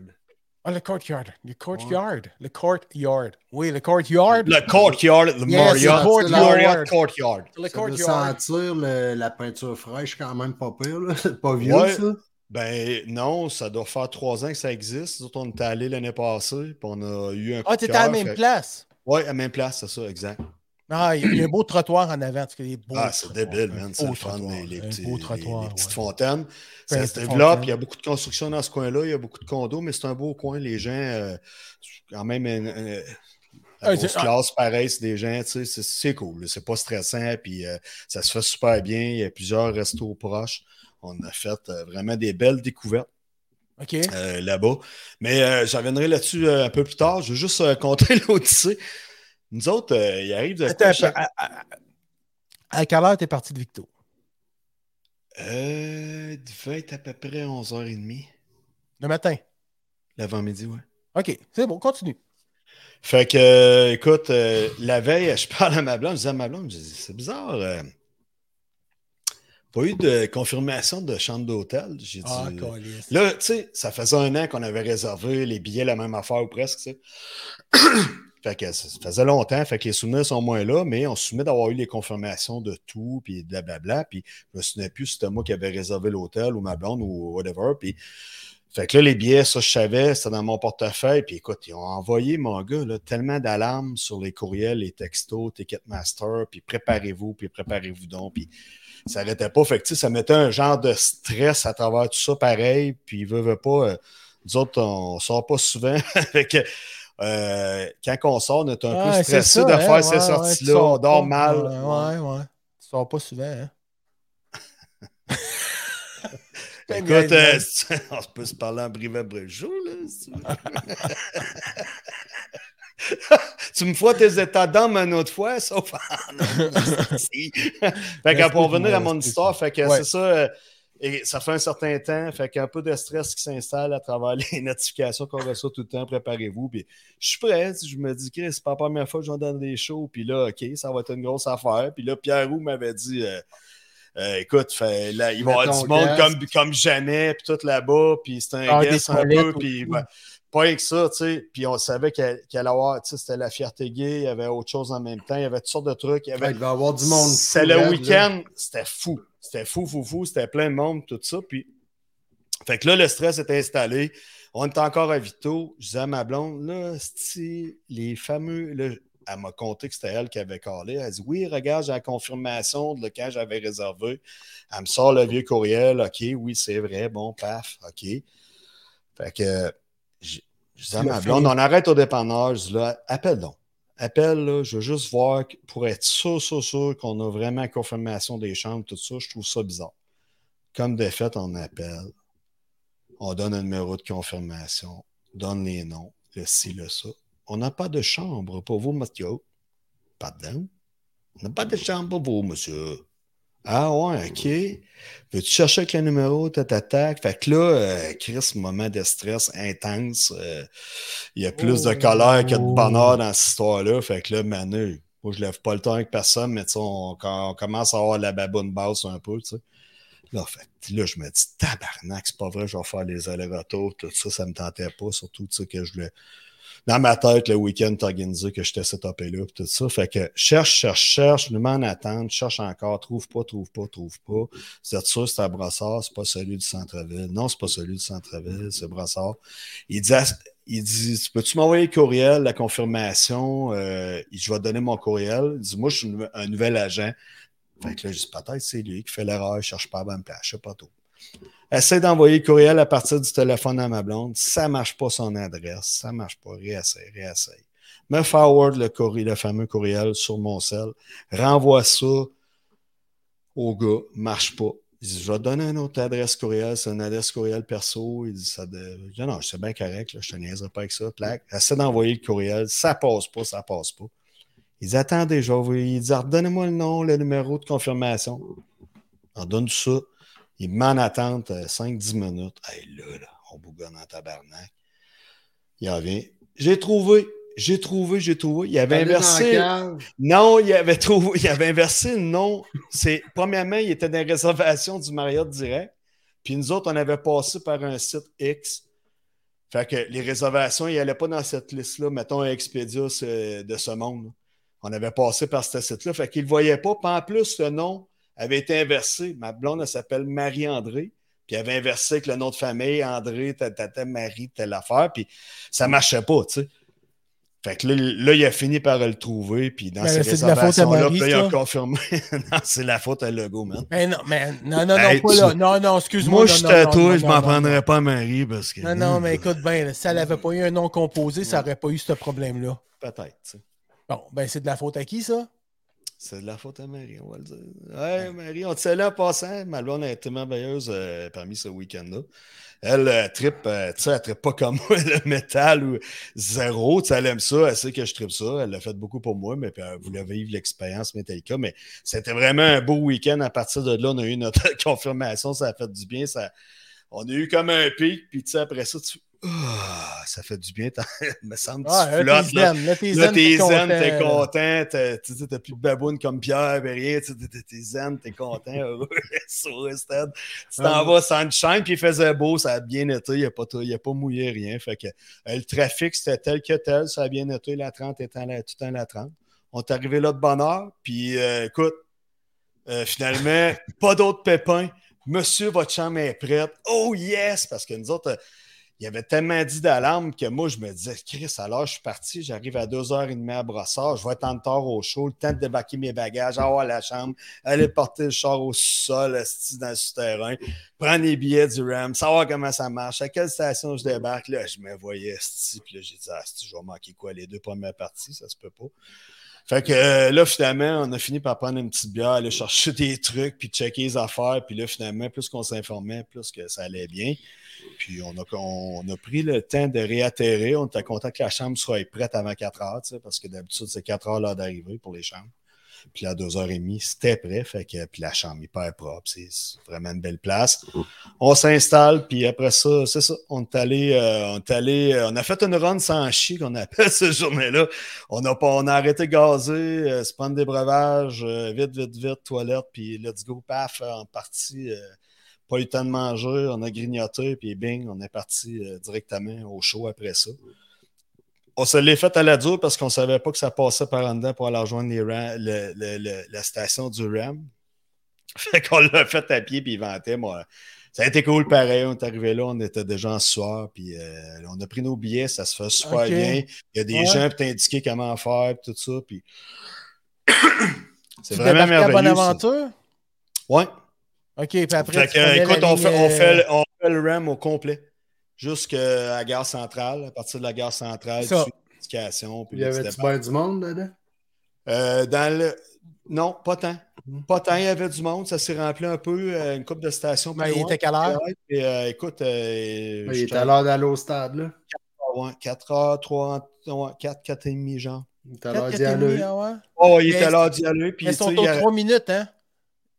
Ah, le courtyard. Le courtyard. Le courtyard. Oui, le courtyard.
Le courtyard, le
Yes,
Marriott,
le courtyard.
Marriott courtyard.
Le
Ça doit
courtyard.
sentir le- la peinture fraîche quand même pas pire. là. C'est pas vieux,
Ouais.
ça.
Ben non, ça doit faire trois ans que ça existe. Nous autres, on était allés l'année passée, puis on a eu un coup
Ah,
de
t'étais à la
cœur,
même
fait-
place.
Oui, à la même place, c'est ça, exact.
Non, il y a- il y a un beau trottoir en avant. tu sais, des beaux
Ah, c'est
trottoirs,
débile,
un
man. C'est
hein. beau
le fun,
trottoir,
les, les
un
petits-
beau
les-
trottoir,
les petites
ouais.
fontaines. Ça
Petite
se développe.
fontaine.
Il y a beaucoup de construction dans ce coin-là. Il y a beaucoup de condos, mais c'est un beau coin. Les gens, euh, quand même, une, une- la
Ah,
grosse
c'est- ah.
classe, pareil, c'est des gens, tu sais, c'est- c'est cool. là. C'est pas stressant, puis euh, ça se fait super bien. Il y a plusieurs restos proches. On a fait euh, vraiment des belles découvertes
OK.
euh, là-bas. Mais euh, j'en reviendrai là-dessus euh, un peu plus tard. Je veux juste euh, compter l'Odyssée. Nous autres, euh, il arrive de.
Attends un peu, à, à- à quelle heure t'es parti de Victo?
Euh, il devait être à peu près 11h30.
Le matin.
L'avant-midi, ouais.
OK, c'est bon, continue.
Fait que, euh, écoute, euh, la veille, je parle à ma blonde, je dis à ma blonde, je dis, c'est bizarre. euh, pas eu de confirmation de chambre d'hôtel. J'ai dit.
Ah, câlisse.
Là, tu sais, ça faisait un an qu'on avait réservé les billets, la même affaire ou presque, tu sais. fait que ça faisait longtemps, fait que les souvenirs sont moins là, mais on se soumet d'avoir eu les confirmations de tout, puis blablabla, puis je me souvenais plus si c'était moi qui avais réservé l'hôtel ou ma blonde ou whatever, puis... Fait que là, les billets, ça, je savais, c'était dans mon portefeuille. Puis écoute, ils ont envoyé, mon gars, là, tellement d'alarmes sur les courriels, les textos, Ticketmaster, puis préparez-vous, puis préparez-vous donc. Puis ça n'arrêtait pas. Fait que, tu sais, ça mettait un genre de stress à travers tout ça, pareil. Puis, veut, veut pas. euh, nous autres, on sort pas souvent. fait que, euh, quand on sort, on est un
Ouais,
peu
c'est
stressé
ça,
de
hein,
faire ces
ouais, ouais, tu
sorties-là.
sors
on dort
pas,
mal.
Ouais, ouais, ouais. Tu sors pas souvent, hein?
Écoute, euh, on peut se parler en privé après le show, là, si tu veux. tu me feras tes états d'âme une autre fois, sauf en esti. Fait qu'à pour revenir à mon histoire, fait que
Ouais.
c'est ça. euh, Et ça fait un certain temps, fait qu'il y a un peu de stress qui s'installe à travers les notifications qu'on reçoit tout le temps. Préparez-vous. Puis je suis prêt. tu sais, Je me dis, Chris, c'est pas la première fois que j'en donne des shows. Puis là, OK, ça va être une grosse affaire. Puis là, Pierre Roux m'avait dit, euh, euh, écoute, fait, là, il va y avoir
Mettons
du monde
gaz.
comme, comme jamais. Puis tout là-bas. Puis c'est un
Ah, des
guest un peu.
toilettes
Puis
aussi.
ouais, pas rien que ça, tu sais. Puis on savait qu'elle allait avoir, tu sais, c'était la fierté gay. Il y avait autre chose en même temps. Il y avait toutes sortes de trucs. Il y avait
Ouais, il va y avoir du monde.
c'est
fou,
le
raide, là.
week-end, c'était fou. C'était fou, fou, fou. C'était plein de monde, tout ça. Puis, fait que là, le stress est installé. On est encore à Vito. Je disais à ma blonde, là, c'ti, les fameux. là, elle m'a conté que c'était elle qui avait calé. Elle dit Oui, regarde, j'ai la confirmation de quand j'avais réservé. Elle me sort le vieux courriel. OK, oui, c'est vrai. Bon, paf, OK. Fait que je, je disais à ma blonde, on arrête au dépanneur. Je dis là, appelle donc. Appelle, là, je veux juste voir que- pour être sûr, sûr, sûr qu'on a vraiment la confirmation des chambres, tout ça. Je trouve ça bizarre. Comme de fait, on appelle. On donne un numéro de confirmation. Donne les noms. Le ci, le ça. On n'a pas de chambre pour vous, monsieur. Pardon? On n'a pas de chambre pour vous, monsieur. Ah ouais, OK. Veux-tu chercher avec le numéro, tatatac? Fait que là, euh, Chris, moment de stress intense. euh, il y a plus de
Oh.
colère que de
Oh.
bonheur dans cette histoire-là. Fait que là, Manu, moi, je lève pas le temps avec personne, mais tu sais, on, on commence à avoir la baboune basse un peu, tu sais. Là, fait, que là, je me dis, tabarnak, c'est pas vrai, je vais faire les allers-retours, tout ça, ça me tentait pas, surtout, tu sais, que je le. Dans ma tête, le week-end t'as organisé que j'étais setupé là, puis tout ça. Fait que cherche, cherche, cherche, nous m'en attendre, cherche encore, trouve pas, trouve pas, trouve pas. Vous êtes sûr que c'est à Brassard, c'est pas celui du centre-ville. Non, c'est pas celui du centre-ville, c'est Brassard. Il dit, à- il dit Tu Peux-tu m'envoyer le courriel, la confirmation Euh, Je vais te donner mon courriel. Il dit Moi, je suis nou- un nouvel agent. Fait que là, je dis Peut-être c'est lui qui fait l'erreur, il cherche pas à la bonne place, je sais pas trop. Essaie d'envoyer le courriel à partir du téléphone à ma blonde. Ça marche pas son adresse, ça marche pas. Réessaye, réessaye. Me forward le, courri- le fameux courriel sur mon cell. Renvoie ça au gars, marche pas. Il dit, je vais te donner une autre adresse courriel, c'est une adresse courriel perso. Il dit, ça de... je dis, non, c'est bien correct, là, je te niaiserai pas avec ça. Plaque. Essaie d'envoyer le courriel, ça passe pas, ça passe pas. Il dit, attendez, je vais vous... Il dit, redonnez-moi le nom, le numéro de confirmation. On donne ça. Il m'en attente 5-10 minutes. Hey, là, là, on bougonne en tabarnak. Il en vient. J'ai trouvé, j'ai trouvé, j'ai trouvé. Il avait
Allez dans la
inversé.
cave.
Non, il avait trouvé, il avait inversé le nom. C'est, premièrement, il était dans les réservations du Marriott direct. Puis nous autres, on avait passé par un site X. Fait que les réservations, ils n'allaient pas dans cette liste-là, mettons Expedia c'est- de ce monde. là. On avait passé par ce site-là. Fait qu'il ne voyait pas. Puis en plus, le nom avait été inversé. Ma blonde, elle s'appelle Marie-André. Puis elle avait inversé avec le nom de famille, André, tata, Marie, telle affaire. Puis ça ne marchait pas, tu sais. Fait que là, là, il a fini par le trouver, puis dans
Ben,
ses
c'est de la faute à
réservations-là,
Marie,
puis là, il a
ça.
confirmé. non, c'est la faute à Logo, man.
Mais non, mais non, non, non,
Hey,
pas
tu-
là. Non, non, excuse-moi.
Moi,
non,
je
non, non,
tatoue,
non,
je
non,
m'en
non,
prendrais pas à Marie parce que.
Non, non, mais écoute bien, si elle n'avait pas eu un nom composé, ça n'aurait pas eu ce problème-là.
Peut-être, tu sais.
Bon, ben c'est de la faute à qui, ça?
C'est de la faute à Marie, on va le dire. Ouais, Marie, on te salue en passant. Ma blonde est tellement veilleuse euh, parmi ce week-end-là. Elle euh, trippe, euh, tu sais, elle trippe pas comme moi le métal ou zéro. Tu sais, elle aime ça, elle sait que je trippe ça. Elle l'a fait beaucoup pour moi, mais puis elle voulait vivre l'expérience Metallica. Mais c'était vraiment un beau week-end. À partir de là, on a eu notre confirmation, ça a fait du bien. Ça... On a eu comme un pic, puis tu sais, après ça, tu. Ah, ça fait du bien, t'en- me semble, tu
Ah, là,
flottes,
t'es
là.
zen, là, t'es
Là,
zen,
t'es
t'es
zen, t'es
content, là.
content, t'as- tu sais, t'as plus de baboune comme Pierre, ben rien, tu sais, t'es- t'es zen, t'es content, heureux, sourire, stade. Tu t'en vas sunshine, puis il faisait beau, ça a bien été, il a pas, tout- il a pas mouillé rien, fait que euh, le trafic, c'était tel que tel, ça a bien été, la 30 étant la, tout le temps la 30. On est arrivé là de bonne heure, puis euh, écoute, euh, finalement, pas d'autres pépins, monsieur, votre chambre est prête, oh yes, parce que nous autres, euh, il avait tellement dit d'alarme que moi, je me disais, Chris, alors je suis parti, j'arrive à 2h30 à Brossard, je vais être en retard au show, le temps de débarquer mes bagages, avoir la chambre, aller porter le char au sol, esti, dans le souterrain, prendre les billets du RAM, savoir comment ça marche, à quelle station je débarque. Là, je me voyais, esti, puis là, j'ai dit, ah, esti, je vais manquer quoi, les deux premières parties, ça se peut pas. Fait que euh, là, finalement, on a fini par prendre une petite bière, aller chercher des trucs, puis checker les affaires. Puis là, finalement, plus qu'on s'informait, plus que ça allait bien. Puis on a, on a pris le temps de réatterrir. On était content que la chambre soit prête avant 4 heures, tu sais, parce que d'habitude, c'est 4 heures l'heure d'arrivée pour les chambres. Puis à 2h30, c'était prêt. Fait que, puis la chambre hyper propre. C'est c'est vraiment une belle place. On s'installe, puis après ça, c'est ça. On est allé, euh, on est allé, euh, on a fait une run sans chier qu'on appelle cette journée-là. On a, pas- on a arrêté de gazer, euh, se prendre des breuvages, euh, vite, vite, vite, toilette, puis let's go, paf, euh, en partie. euh, pas eu le temps de manger, on a grignoté, puis bing, on est parti euh, directement au show après ça. On se l'est fait à la dure parce qu'on savait pas que ça passait par en dedans pour aller rejoindre les Ram- le- le- le- la station du RAM. Fait qu'on l'a fait à pied, puis il ventait, moi. Ça a été cool, pareil. On est arrivé là, on était déjà en soir, puis euh, on a pris nos billets, ça se fait super
Ok.
bien. Il y a des
Ouais.
gens pour t'indiquer comment faire, puis tout ça, puis...
Tu
C'est
débarquais
vraiment
à
merveilleux. ça.
Bonaventure?
Ouais.
OK, puis après, tu
Fait que,
prenais la
écoute, on
ligne,
fait, on,
euh,
fait le, on fait le RAM au complet. Jusqu'à la gare centrale, à partir de la gare centrale,
Ça.
sur l'éducation, puis
Il y
le petit
avait-tu
départ.
bien du monde là-dedans?
Euh, dans le... Non, pas tant. Pas tant, il y avait du monde, ça s'est rempli un peu, euh, une coupe de stations. plus
ben, il
loin.
était quelle heure?
Et, euh, écoute, euh,
Il
j'étais
était à l'heure d'aller au stade, là.
ouais, 4 h 3, 4, 4 et demi, genre.
Il était à l'heure
Quatre,
d'y
quatre et demi,
aller.
ah ouais.
Oh, il était
Mais-
à l'heure d'y aller, puis
Elles
tu sais,
sont
il y
aux
a-
trois minutes, hein?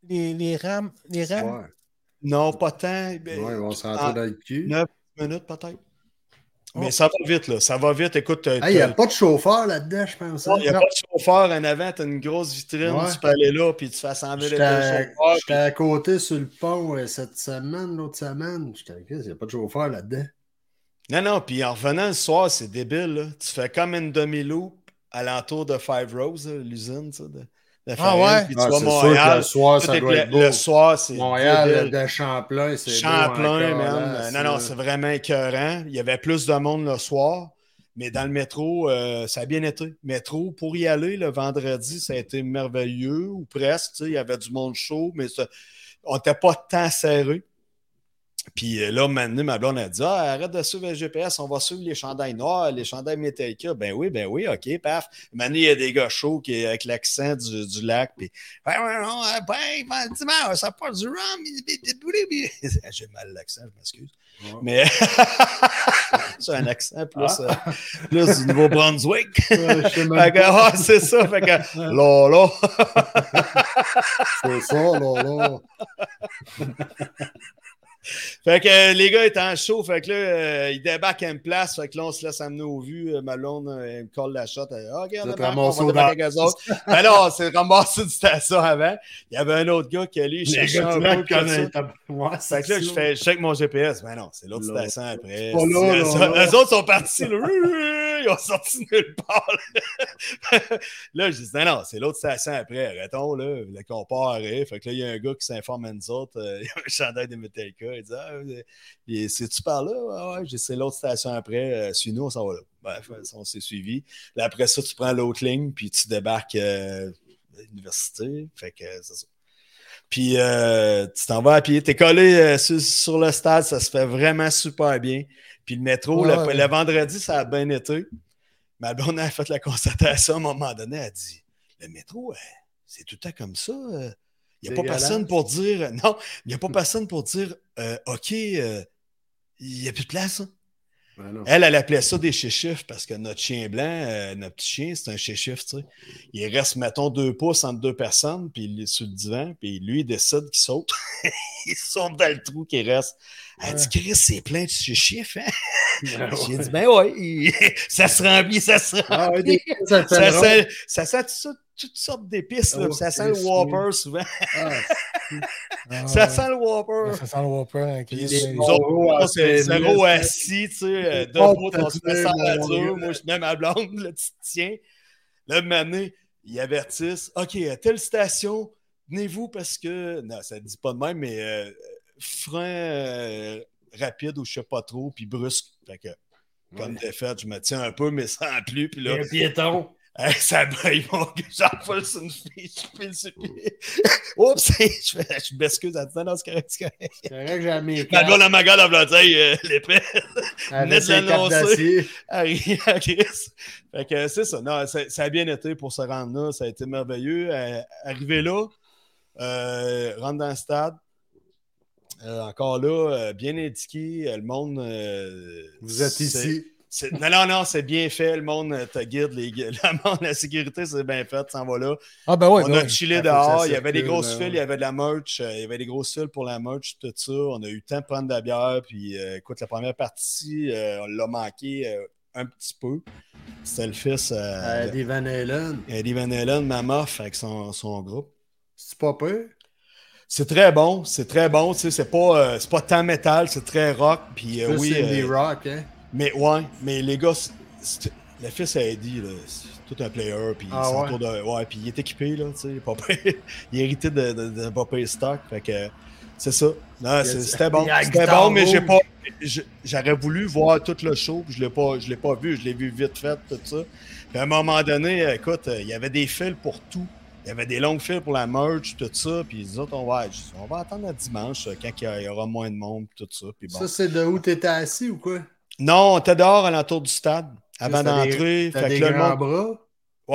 Les, les rames. Les rames.
Ouais.
Non, pas tant. ben,
Ouais, ils vont se rentrer
Ah.
dans le cul.
Neuf minutes peut-être. Mais
Oh.
ça va vite, là. Ça va vite. Écoute, euh,
Ah, il n'y a pas de chauffeur là-dedans, je pense. hein?
Il n'y a
Non.
pas de chauffeur en avant, tu as une grosse vitrine,
Ouais.
tu peux aller là, puis tu fais assembler les
J'étais
deux
à-
chauffeurs.
j'étais à côté sur le pont euh, cette semaine, l'autre semaine. J'étais avec il n'y a pas de chauffeur là-dedans.
puis- Non, non, puis en revenant le soir, c'est débile. là. Tu fais comme une demi-loop alentour de Five Rose, là, l'usine tu sais, de, de farine,
ouais?
puis tu vas
Ah,
à
c'est sûr que
Montréal.
le soir,
tout
ça
est
doit
pla-
être beau.
le soir, c'est
Montréal,
débile.
de Champlain, c'est beau hein,
Champlain,
encore,
man.
là,
non, non, c'est vraiment écœurant. Il y avait plus de monde le soir, mais dans le métro, euh, ça a bien été. Métro, pour y aller le vendredi, ça a été merveilleux, ou presque. tu sais, Il y avait du monde chaud, mais ça- on n'était pas tant serré. Puis euh, là, maintenant, ma blonde a dit Ah, arrête de suivre le GPS, on va suivre les chandails noirs, les chandails Metallica. Ben oui, ben oui, OK, paf. Maintenant, il y a des gars chauds qui, avec l'accent du, du lac. Puis, ouais, ouais, non, ouais, ben, ben, dis-moi, ça part du rhum. bi- bi- bi- bi- bi- bi. Ah, J'ai mal l'accent, je m'excuse.
Ouais.
Mais c'est un accent plus, euh, plus du Nouveau-Brunswick.
Ouais, je sais
Fait
même
que,
pas.
ah, c'est ça. Fait que, lolo.
C'est ça, là, là.
Fait que euh, les gars étant chauds, fait que là, euh, ils débarquent à une place. Fait que là, on se laisse amener aux vues. Euh, Malone, euh, elle me colle la shot. Elle, dit, Ah, regarde,
Vous êtes
débarque, on
ramassés
va
au
débarquer avec eux autres. Ben là, on s'est ramassé du station avant. Il y avait un autre gars qui, lui,
Les
cherchait
gars
un
du
peu.
lac
tout ça.
connaissent. Ouais,
Fait
c'est
que là, je
ça.
fais, je check mon GPS. Ben non, c'est l'autre
Là.
station après.
pas là,
Les
là, là.
autres sont partis. là. Ils ont sorti nulle part. Là, Là, je dis, non, non, c'est l'autre station après. Arrêtons, là. Le compare arrive. Fait que là, il y a un gars qui s'informe à nous autres. euh, il y a un chandail de Ah, Metallica. Il dit, ah, euh, et c'est-tu par là? Ouais, ouais, j'ai- c'est l'autre station après. euh, Suis-nous, on s'en va là. Bref, on s'est suivi. Là, après ça, tu prends l'autre ligne, puis tu débarques euh, à l'université. Fait que c'est ça. Puis euh, tu t'en vas à pied. T'es collé euh, sur, sur le stade, ça se fait vraiment super bien. Puis le métro,
Ouais,
le,
ouais.
le vendredi, ça a bien été. Ma blonde a fait la constatation à un moment donné, elle a dit Le métro, euh, c'est tout le temps comme ça. euh. Il n'y a pas
Dégueulasse.
personne pour dire euh, Non, il n'y a pas personne pour dire euh, OK, il n'y a plus de place. hein.
Ben non.
Elle, elle appelait ça des chéchifs parce que notre chien blanc, euh, notre petit chien, c'est un chéchif, tu sais. Il reste, mettons, deux pouces entre deux personnes, puis il est sur le divan, puis lui, il décide qu'il saute. il saute dans le trou qui reste. Elle dit, Chris, c'est plein de chéchifs, hein?
Ben ouais.
J'ai dit, ben ouais, il- ça se remplit, ça se remplit.
Ah ouais, des fois, ça fait
Ça
drôle.
sent, ça sent tout ça- toutes sortes d'épices, là,
Ah ouais,
puis ça sent
c'est
le
fou.
Whopper souvent.
Ah,
Ah,
Ça
ouais.
sent le Whopper.
Ça sent le Whopper. hein,
Puis
Chris.
les-
Ouais.
nous autres,
à
Ah, c'est hein.
Saint-Louis,
zéro
là.
assis, tu sais, euh, deux
Oh,
poutres, on se
t'as
met ça à la
tué, mon
dure.
Dieu.
Moi, je tenais ma blonde, là, tu te tiens. Là, mané, ils avertissent. OK, à telle station, venez-vous parce que. Non, ça ne dit pas de même, mais euh, frein euh, rapide ou je sais pas trop, puis brusque. Fait que, comme défaite, je me tiens un peu, mais sans plus. Puis là,
Un piéton.
Hey, ça brille, mon gars. J'enfile sur une fille, je file sur le pied. Oups, je, fais- je m'excuse en disant non, c'est correct, c'est correct.
C'est vrai que j'ai mes
Ma gueule, ma gueule, elle voulait dire euh, l'épée. venait
Avec
de
ses cartes
l'annoncer.
d'acier.
à rire à Chris. Fait que c'est ça. Non, ça, ça a bien été pour se rendre là. Ça a été merveilleux. Euh, arrivé là, euh, rentre dans le stade. Euh, encore là, euh, bien indiqué, euh, le monde. euh,
Vous êtes
c'est-
ici.
c'est- Non, non, non, c'est bien fait. Le monde euh, te guide. Les... gu- La, monde, la sécurité, c'est bien fait. S'en va là.
Ah, ben ouais.
on
ben
a
ouais.
chillé
Ça faut que ça
dehors, il y avait des
circule,
grosses
là,
files,
ouais.
il y avait de la merch, euh, il y avait des grosses files pour la merch, tout ça. On a eu le temps de prendre de la bière, puis euh, écoute, la première partie, euh, on l'a manqué euh, un petit peu. C'était le fils euh,
Euh, Des Van Halen.
de- Eddie Van Halen, Mamoff, avec son, son groupe.
C'est pas
Ben
peu?
C'est très bon, c'est très bon, tu sais, c'est pas, euh, c'est pas tant métal, c'est très rock, puis euh,
Plus
oui,
indie
euh,
rock, hein?
mais ouais, mais les gars, c'est- c'est- le fils à Eddie, là, c'est tout un player, puis
Ah
il s'entoure
ouais?
de. Ouais, puis il est équipé, là, tu sais, pas pire. il est hérité de, de, de pas pire stock, fait que c'est ça. Non, c'est-
du-
c'était bon,
il y a la
c'était
guitare
bon, mais j'ai
rouge.
pas. je- J'aurais voulu voir tout le show, puis je l'ai pas, je l'ai pas vu, je l'ai vu vite fait, tout ça. Puis à un moment donné, écoute, euh, il y avait des fils pour tout. Il y avait des longues files pour la merch, tout ça. Puis les autres, on va, on va attendre à dimanche, euh, quand il y a- il y aura moins de monde, tout ça. Puis bon.
Ça, c'est de où t'étais assis ou quoi?
Non, on était dehors à l'entour du stade avant
T'as des-
d'entrer.
T'as
Fait
des
que là, le
grands
monde.
bras?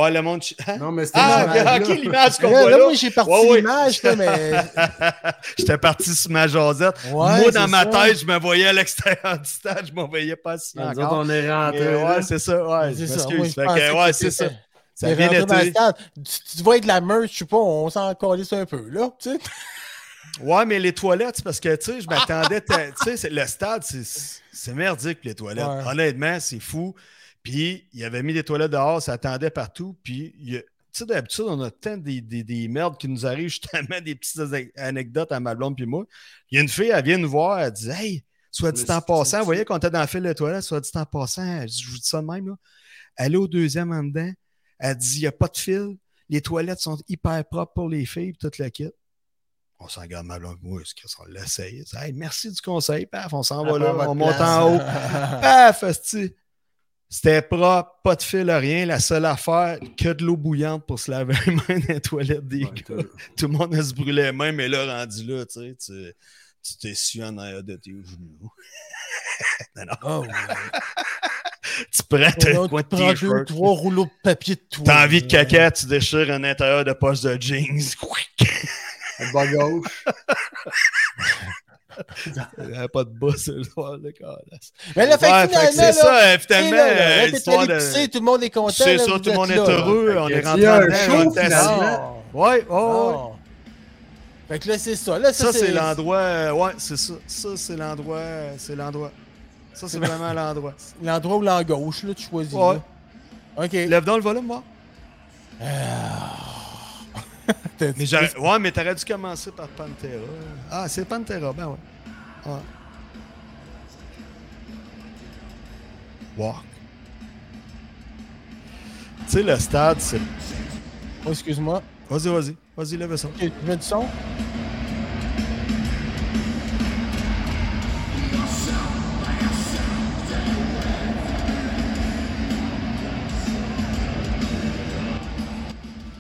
Ouais, le monde. chi- Hein?
Non, mais c'était
Ah,
malade,
ok,
là.
l'image qu'on
Eh, Là,
voit
là,
là.
moi, j'ai parti
Ouais, ouais.
l'image, là, mais.
J'étais parti sur ma jasette.
Ouais,
Moi,
c'est
dans ma
ça.
tête, je me voyais à l'extérieur du stade. Je m'en voyais pas si
Nous autres,
encore.
on est
Mais
rentrés. là.
Ouais, c'est ça. Ouais, je
C'est ça. Moi,
m'excuse.
je
Fait
pensais
que, ouais,
que
c'est ça.
t'étais-
Ça
t'es
a bien
rentré dans le
été.
stade. Tu, tu vois avec la merch, je sais pas, on s'en calisse un peu, là. Tu sais.
Ouais, mais les toilettes, c'est parce que, tu sais, je m'attendais. t'as- tu sais, c'est- le stade, c'est- c'est merdique, les toilettes.
Ouais.
Honnêtement, c'est fou. Puis, il avait mis des toilettes dehors, ça attendait partout. Puis, il y a- tu sais, d'habitude, on a tant des, des, des merdes qui nous arrivent, justement, des petites ane- anecdotes à ma blonde puis moi. Il y a une fille, elle vient nous voir, elle dit Hey, soit dit
Mais
en
c'est-
passant,
c'est-
vous voyez qu'on était dans le fil de toilette, soit dit en passant, je je vous dis ça de même, là. Allez au deuxième en dedans, elle dit Il n'y a pas de fil, les toilettes sont hyper propres pour les filles, puis toute la kit. On s'en garde ma blonde, moi, est-ce qu'on l'essaye Hey, merci du conseil, paf, on s'en
Après
va là,
votre
on monte
place.
en haut. Paf, esti. C'était propre, pas de fil, rien. La seule affaire, que de l'eau bouillante pour se laver les mains dans les toilettes des
Ouais,
gars. Tout le monde elle se brûlait les mains, mais là, rendu là, tu sais, tu- tu t'es su en arrière de tes genoux.
Oh,
Tu prends
on prend
un coin de
deux,
t-shirt.
trois rouleaux de papier de toilette.
T'as envie de caca, tu déchires un intérieur de poche de jeans.
Le bas gauche.
Elle avait pas de bas, ce soir, le calasse.
Mais là, fait que
Ouais, fait que
finalement,
c'est
là,
ça,
tu sais,
finalement,
là, là,
euh,
t'es
l'histoire
allé
de.
pisser, tout le monde est content.
C'est
là,
ça,
vous
tout le
êtes
monde est
là, là.
heureux,
Fait
on
que
est
s'il
rentré
y a un
dedans, on
show,
était assis.
finalement,
Ouais, oh, ouais.
Ah. Fait que là, c'est ça. Là, ça,
Ça, c'est l'endroit. euh, ouais, c'est ça. Ça, c'est l'endroit. euh, C'est l'endroit. Ça, c'est vraiment l'endroit.
l'endroit où l'en gauche, là, tu choisis.
Ouais.
là. OK.
Lève donc le volume, moi.
T'as-
Mais j'aurais- ouais, mais t'aurais dû commencer par Pantera. Ah, c'est Pantera, ben ouais. Ouais. Walk. Tu sais, le stade, c'est.
Oh, excuse-moi.
Vas-y, vas-y. Vas-y, lève ça.
Ok, Tu veux du son?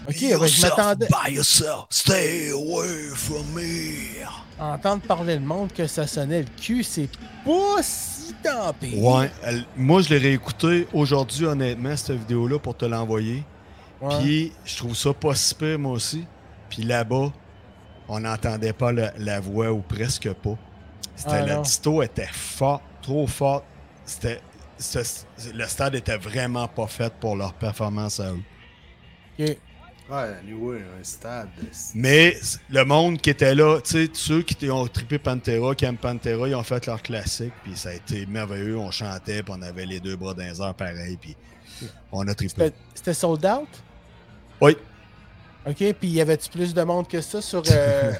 ouais, ben, je m'attendais
by yourself, stay away from me.
à entendre parler le monde que ça sonnait le cul. C'est pas si tant pis.
Ouais, elle- moi je l'ai réécouté aujourd'hui, honnêtement, cette vidéo-là pour te l'envoyer.
Ouais.
Puis je trouve ça pas si pire, moi aussi. Puis là-bas, on n'entendait pas la, la voix ou presque pas. C'était
Ah,
la
non.
disto était forte, trop forte. C'était ce- le stade était vraiment pas fait pour leur performance à eux.
Ok.
Ouais, anyway, un stade.
Ah,
c'est-
Mais c- le monde qui était là, tu sais, ceux qui t- ont trippé Pantera, qui aiment Pantera, ils ont fait leur classique, puis ça a été merveilleux. On chantait, puis on avait les deux bras dans les airs pareil, puis on a trippé.
C'était- C'était sold out?
Oui,
OK, puis y avait-tu plus de monde que ça sur... Euh...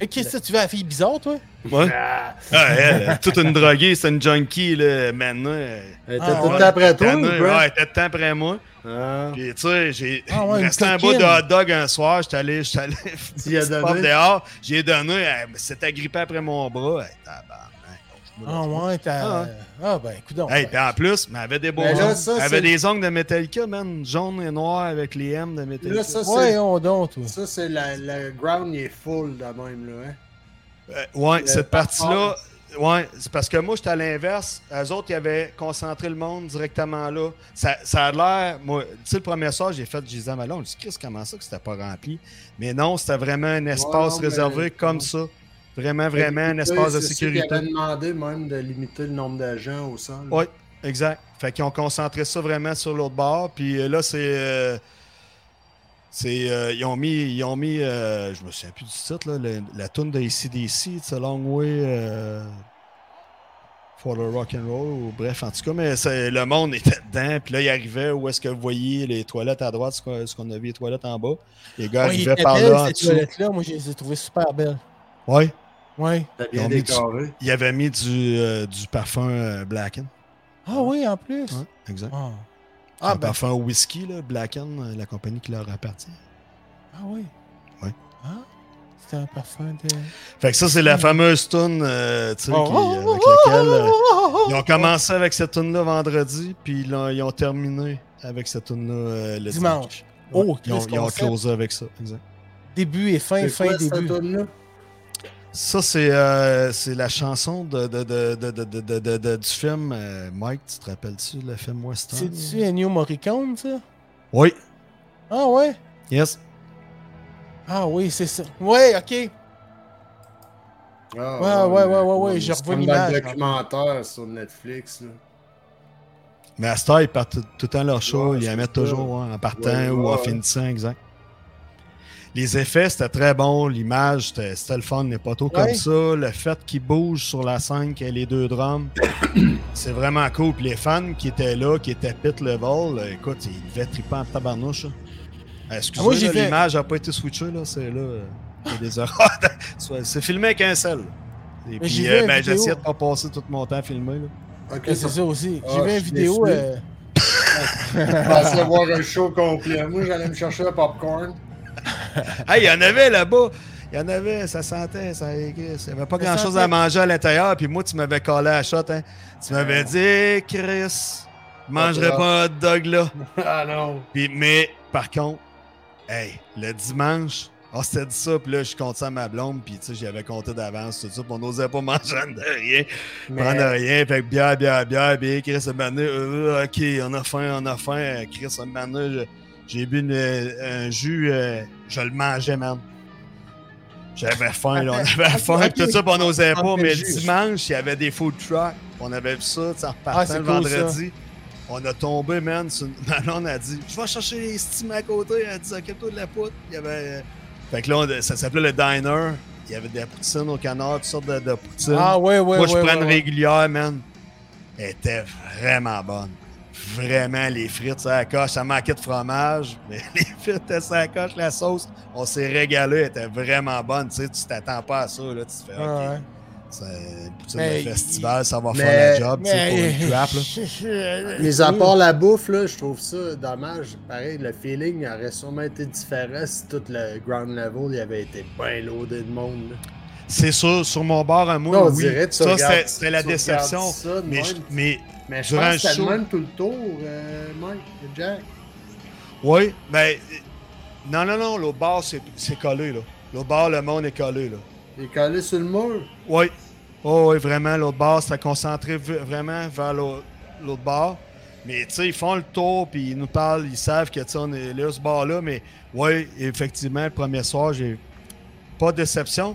Eh, Qu'est-ce que tu veux, la fille bizarre, toi?
ouais. Ah, elle, elle, toute une droguée, c'est une junkie, là, maintenant. euh,
Elle était
Ah,
tout
ouais.
le temps après toi,
Tanner,
ou
ouais,
quoi?
elle était de temps après moi.
Ah.
Puis, tu sais, j'ai
Ah ouais,
il me
une
restait un bout
coquine.
de hot dog un soir. J'étais allé, j'étais allé,
Tu y as
petite
donné?
porte dehors. J'ai donné, elle s'est agrippée après mon bras. Hey, tabarnak, je me
Ah
lance
ouais,
Ah
t'as...
ouais.
Ah ben, écoute donc.
Hey, puis en plus, mais elle avait des beaux
Mais Ben là,
ongles.
ça,
Elle avait
c'est-
des ongles de Metallica, man. Jaune et noir avec les M de Metallica.
Là, ça, c'est.
Ouais, on donc, toi.
Ça, c'est la, le ground, il est full de même, là. Hein?
Euh, ouais,
Le
cette partie-là. Ouais, c'est parce que moi, j'étais à l'inverse. Eux autres, ils avaient concentré le monde directement là. Ça, ça a l'air. Moi, tu sais, le premier soir, j'ai fait, je disais à ma blonde, je dis, Chris, comment ça que c'était pas rempli? Mais non, c'était vraiment un espace
non, mais-
réservé comme ça. Vraiment, vraiment un
Limiter,
espace de
c'est sûr qu'il
sécurité.
avait demandé même de limiter le nombre de gens au sol.
Oui, exact. Fait qu'ils ont concentré ça vraiment sur l'autre bord. Puis euh, là, c'est. euh, c'est, euh, ils ont mis, ils ont mis euh, je me souviens plus du titre, là, le- la toune de ACDC, It's a long way euh, for the rock and roll, ou bref, en tout cas, mais c'est- le monde était dedans, puis là, il arrivait où est-ce que vous voyez les toilettes à droite, ce qu'on ce qu'on a vu, les toilettes en bas. Les gars
Ouais, il
arrivaient
était
par là en
belle, cette
dessous.
toilette-là. Moi, je les ai trouvées super belles.
Ouais,
Ouais.
T'as
Ils
bien
ont mis
décoré.
ils avaient mis du, euh, du parfum euh, Blacken.
Ah oui, en plus.
Ouais, exact.
Ah, Ah,
un
ben,
parfum au whisky, là, Blacken, euh, la compagnie qui leur appartient.
ah oui.
Ouais.
Ah, c'était un parfum de...
Fait que ça, c'est la fameuse tune tu sais, qui-
Oh,
avec
oh,
laquelle euh,
oh,
ils ont commencé avec cette tune là vendredi, puis ils l'ont- ils ont terminé avec cette tune là le
Dimanche.
dimanche. Ouais.
Oh,
ils ont,
Christ,
ils ont
concept.
closé avec ça. exact.
Début et fin,
C'est
fin,
quoi, cette
début.
toune-là?
Ça, c'est euh, c'est la chanson de, de- de- de- de- de- de- de- de- du film euh, Mike, tu te rappelles-tu le film Western
C'est-tu Ennio Morricone, ça?
Oui,
Ah ouais?
yes.
Ah oui, c'est ça. Ouais, ok.
Ah,
Ouais, ouais, ouais, ouais, ouais,
mais
je
c'est
revois
comme dans le
l'image, hein.
documentaire sur Netflix. Là.
Mais à ce temps, ils partent tout tout le temps leur show,
Ouais,
ils
c'est
la mettent
ça.
toujours ouais, en partant
Ouais,
ou en
ouais.
finissant, exact. Les effets, c'était très bon. L'image, c'était c'était le fun, les poteaux
Ouais.
comme ça. Le fait qu'ils bougent sur la scène, qu'il y ait les deux drums, c'est vraiment cool. Puis les fans qui étaient là, qui étaient pit level, là, écoute, ils devaient triper en tabarnouche. là. Euh, Excusez-moi,
j'ai
là,
fait-
l'image n'a pas été switchée, là. C'est là. euh, il y a des erreurs. Soit- c'est filmé avec un seul. Et
j'ai
puis,
vu
euh,
une
ben,
vidéo.
j'essayais de pas passer tout mon temps à filmer, là.
Ok,
Ouais,
ça
c'est ça aussi.
Ah,
J'ai vu
je
une
suis
vidéo.
déçu.
euh,
je pensais voir un show complet. Moi, j'allais me chercher le popcorn.
Hey, il y en avait là-bas. Il y en avait, ça sentait, ça Chris, Il n'y avait pas
Ça
grand-chose
sentait.
à manger à l'intérieur. Puis moi, tu m'avais collé à la shot. Hein.
Ah.
Tu m'avais dit, Chris, je mangerai pas un hot dog là.
Ah non.
Puis, mais par contre, hey, le dimanche, on s'était dit ça. Puis là, je compte ça à ma blonde. Puis tu sais, j'y avais compté d'avance tout ça. Puis on n'osait pas manger de rien. Prendre
Mais euh,
rien. Fait que bière, bière, bière. Puis Chris, un moment donné, euh, OK, on a faim, on a faim. Chris, un moment donné, je- j'ai bu une- un jus, euh, je le mangeais, man. J'avais faim, là, on avait faim,
ok.
tout ça, puis on n'osait pas,
Prendre le
mais
jus.
dimanche, il y avait des food trucks, on avait vu ça, tu sais, en repartant
Ah, c'est
le
cool, ça.
vendredi. On a tombé, man, sur... Malone a dit « Je vais chercher les steams à côté », elle a dit « Occupe-toi de la poutre ». Il y avait... euh, Fait que là, on- ça s'appelait le diner, il y avait des poutines au canard, toutes sortes de, de poutines.
Ah ouais, ouais,
Moi,
ouais.
je prends
ouais,
une
ouais.
régulière, man. Elle était vraiment bonne. Vraiment, les frites, ça coche. Ça manquait de fromage, mais les frites, étaient ça coche. La sauce, on s'est régalé. Elle était vraiment bonne. Tu sais, tu t'attends pas à ça. Là. Tu te fais,
Ah, ouais.
OK, c'est une poutine
Mais-
de festival, ça va
Mais-
faire la job tu sais, pour
Mais-
une crap. là.
mis à part la bouffe, là, je trouve ça dommage. Pareil, le feeling aurait sûrement été différent si tout le ground level il avait été bien loadé de monde. là.
C'est sûr, sur mon bar à moi,
Non, on
oui.
dirait, tu
ça,
regardes-
c'était- c'était la
tu regardes
déception.
ça de
mais, je-
même.
mais
Mais je
Durant
pense
le
que c'était
show.
le même tout le tour, euh, Mike, Jack.
Oui, ben, euh, Non, non, non, l'autre bord, c'est c'est collé, là. L'autre bord, le monde est collé, là.
Il est collé sur le mur.
Oui. Oh, oui, vraiment, l'autre bord, c'était concentré v- vraiment vers l'au- l'autre bord. Mais tu sais, ils font le tour, puis ils nous parlent, ils savent que tu sais, on est là, ce bord-là. Mais oui, effectivement, le premier soir, j'ai pas de déception.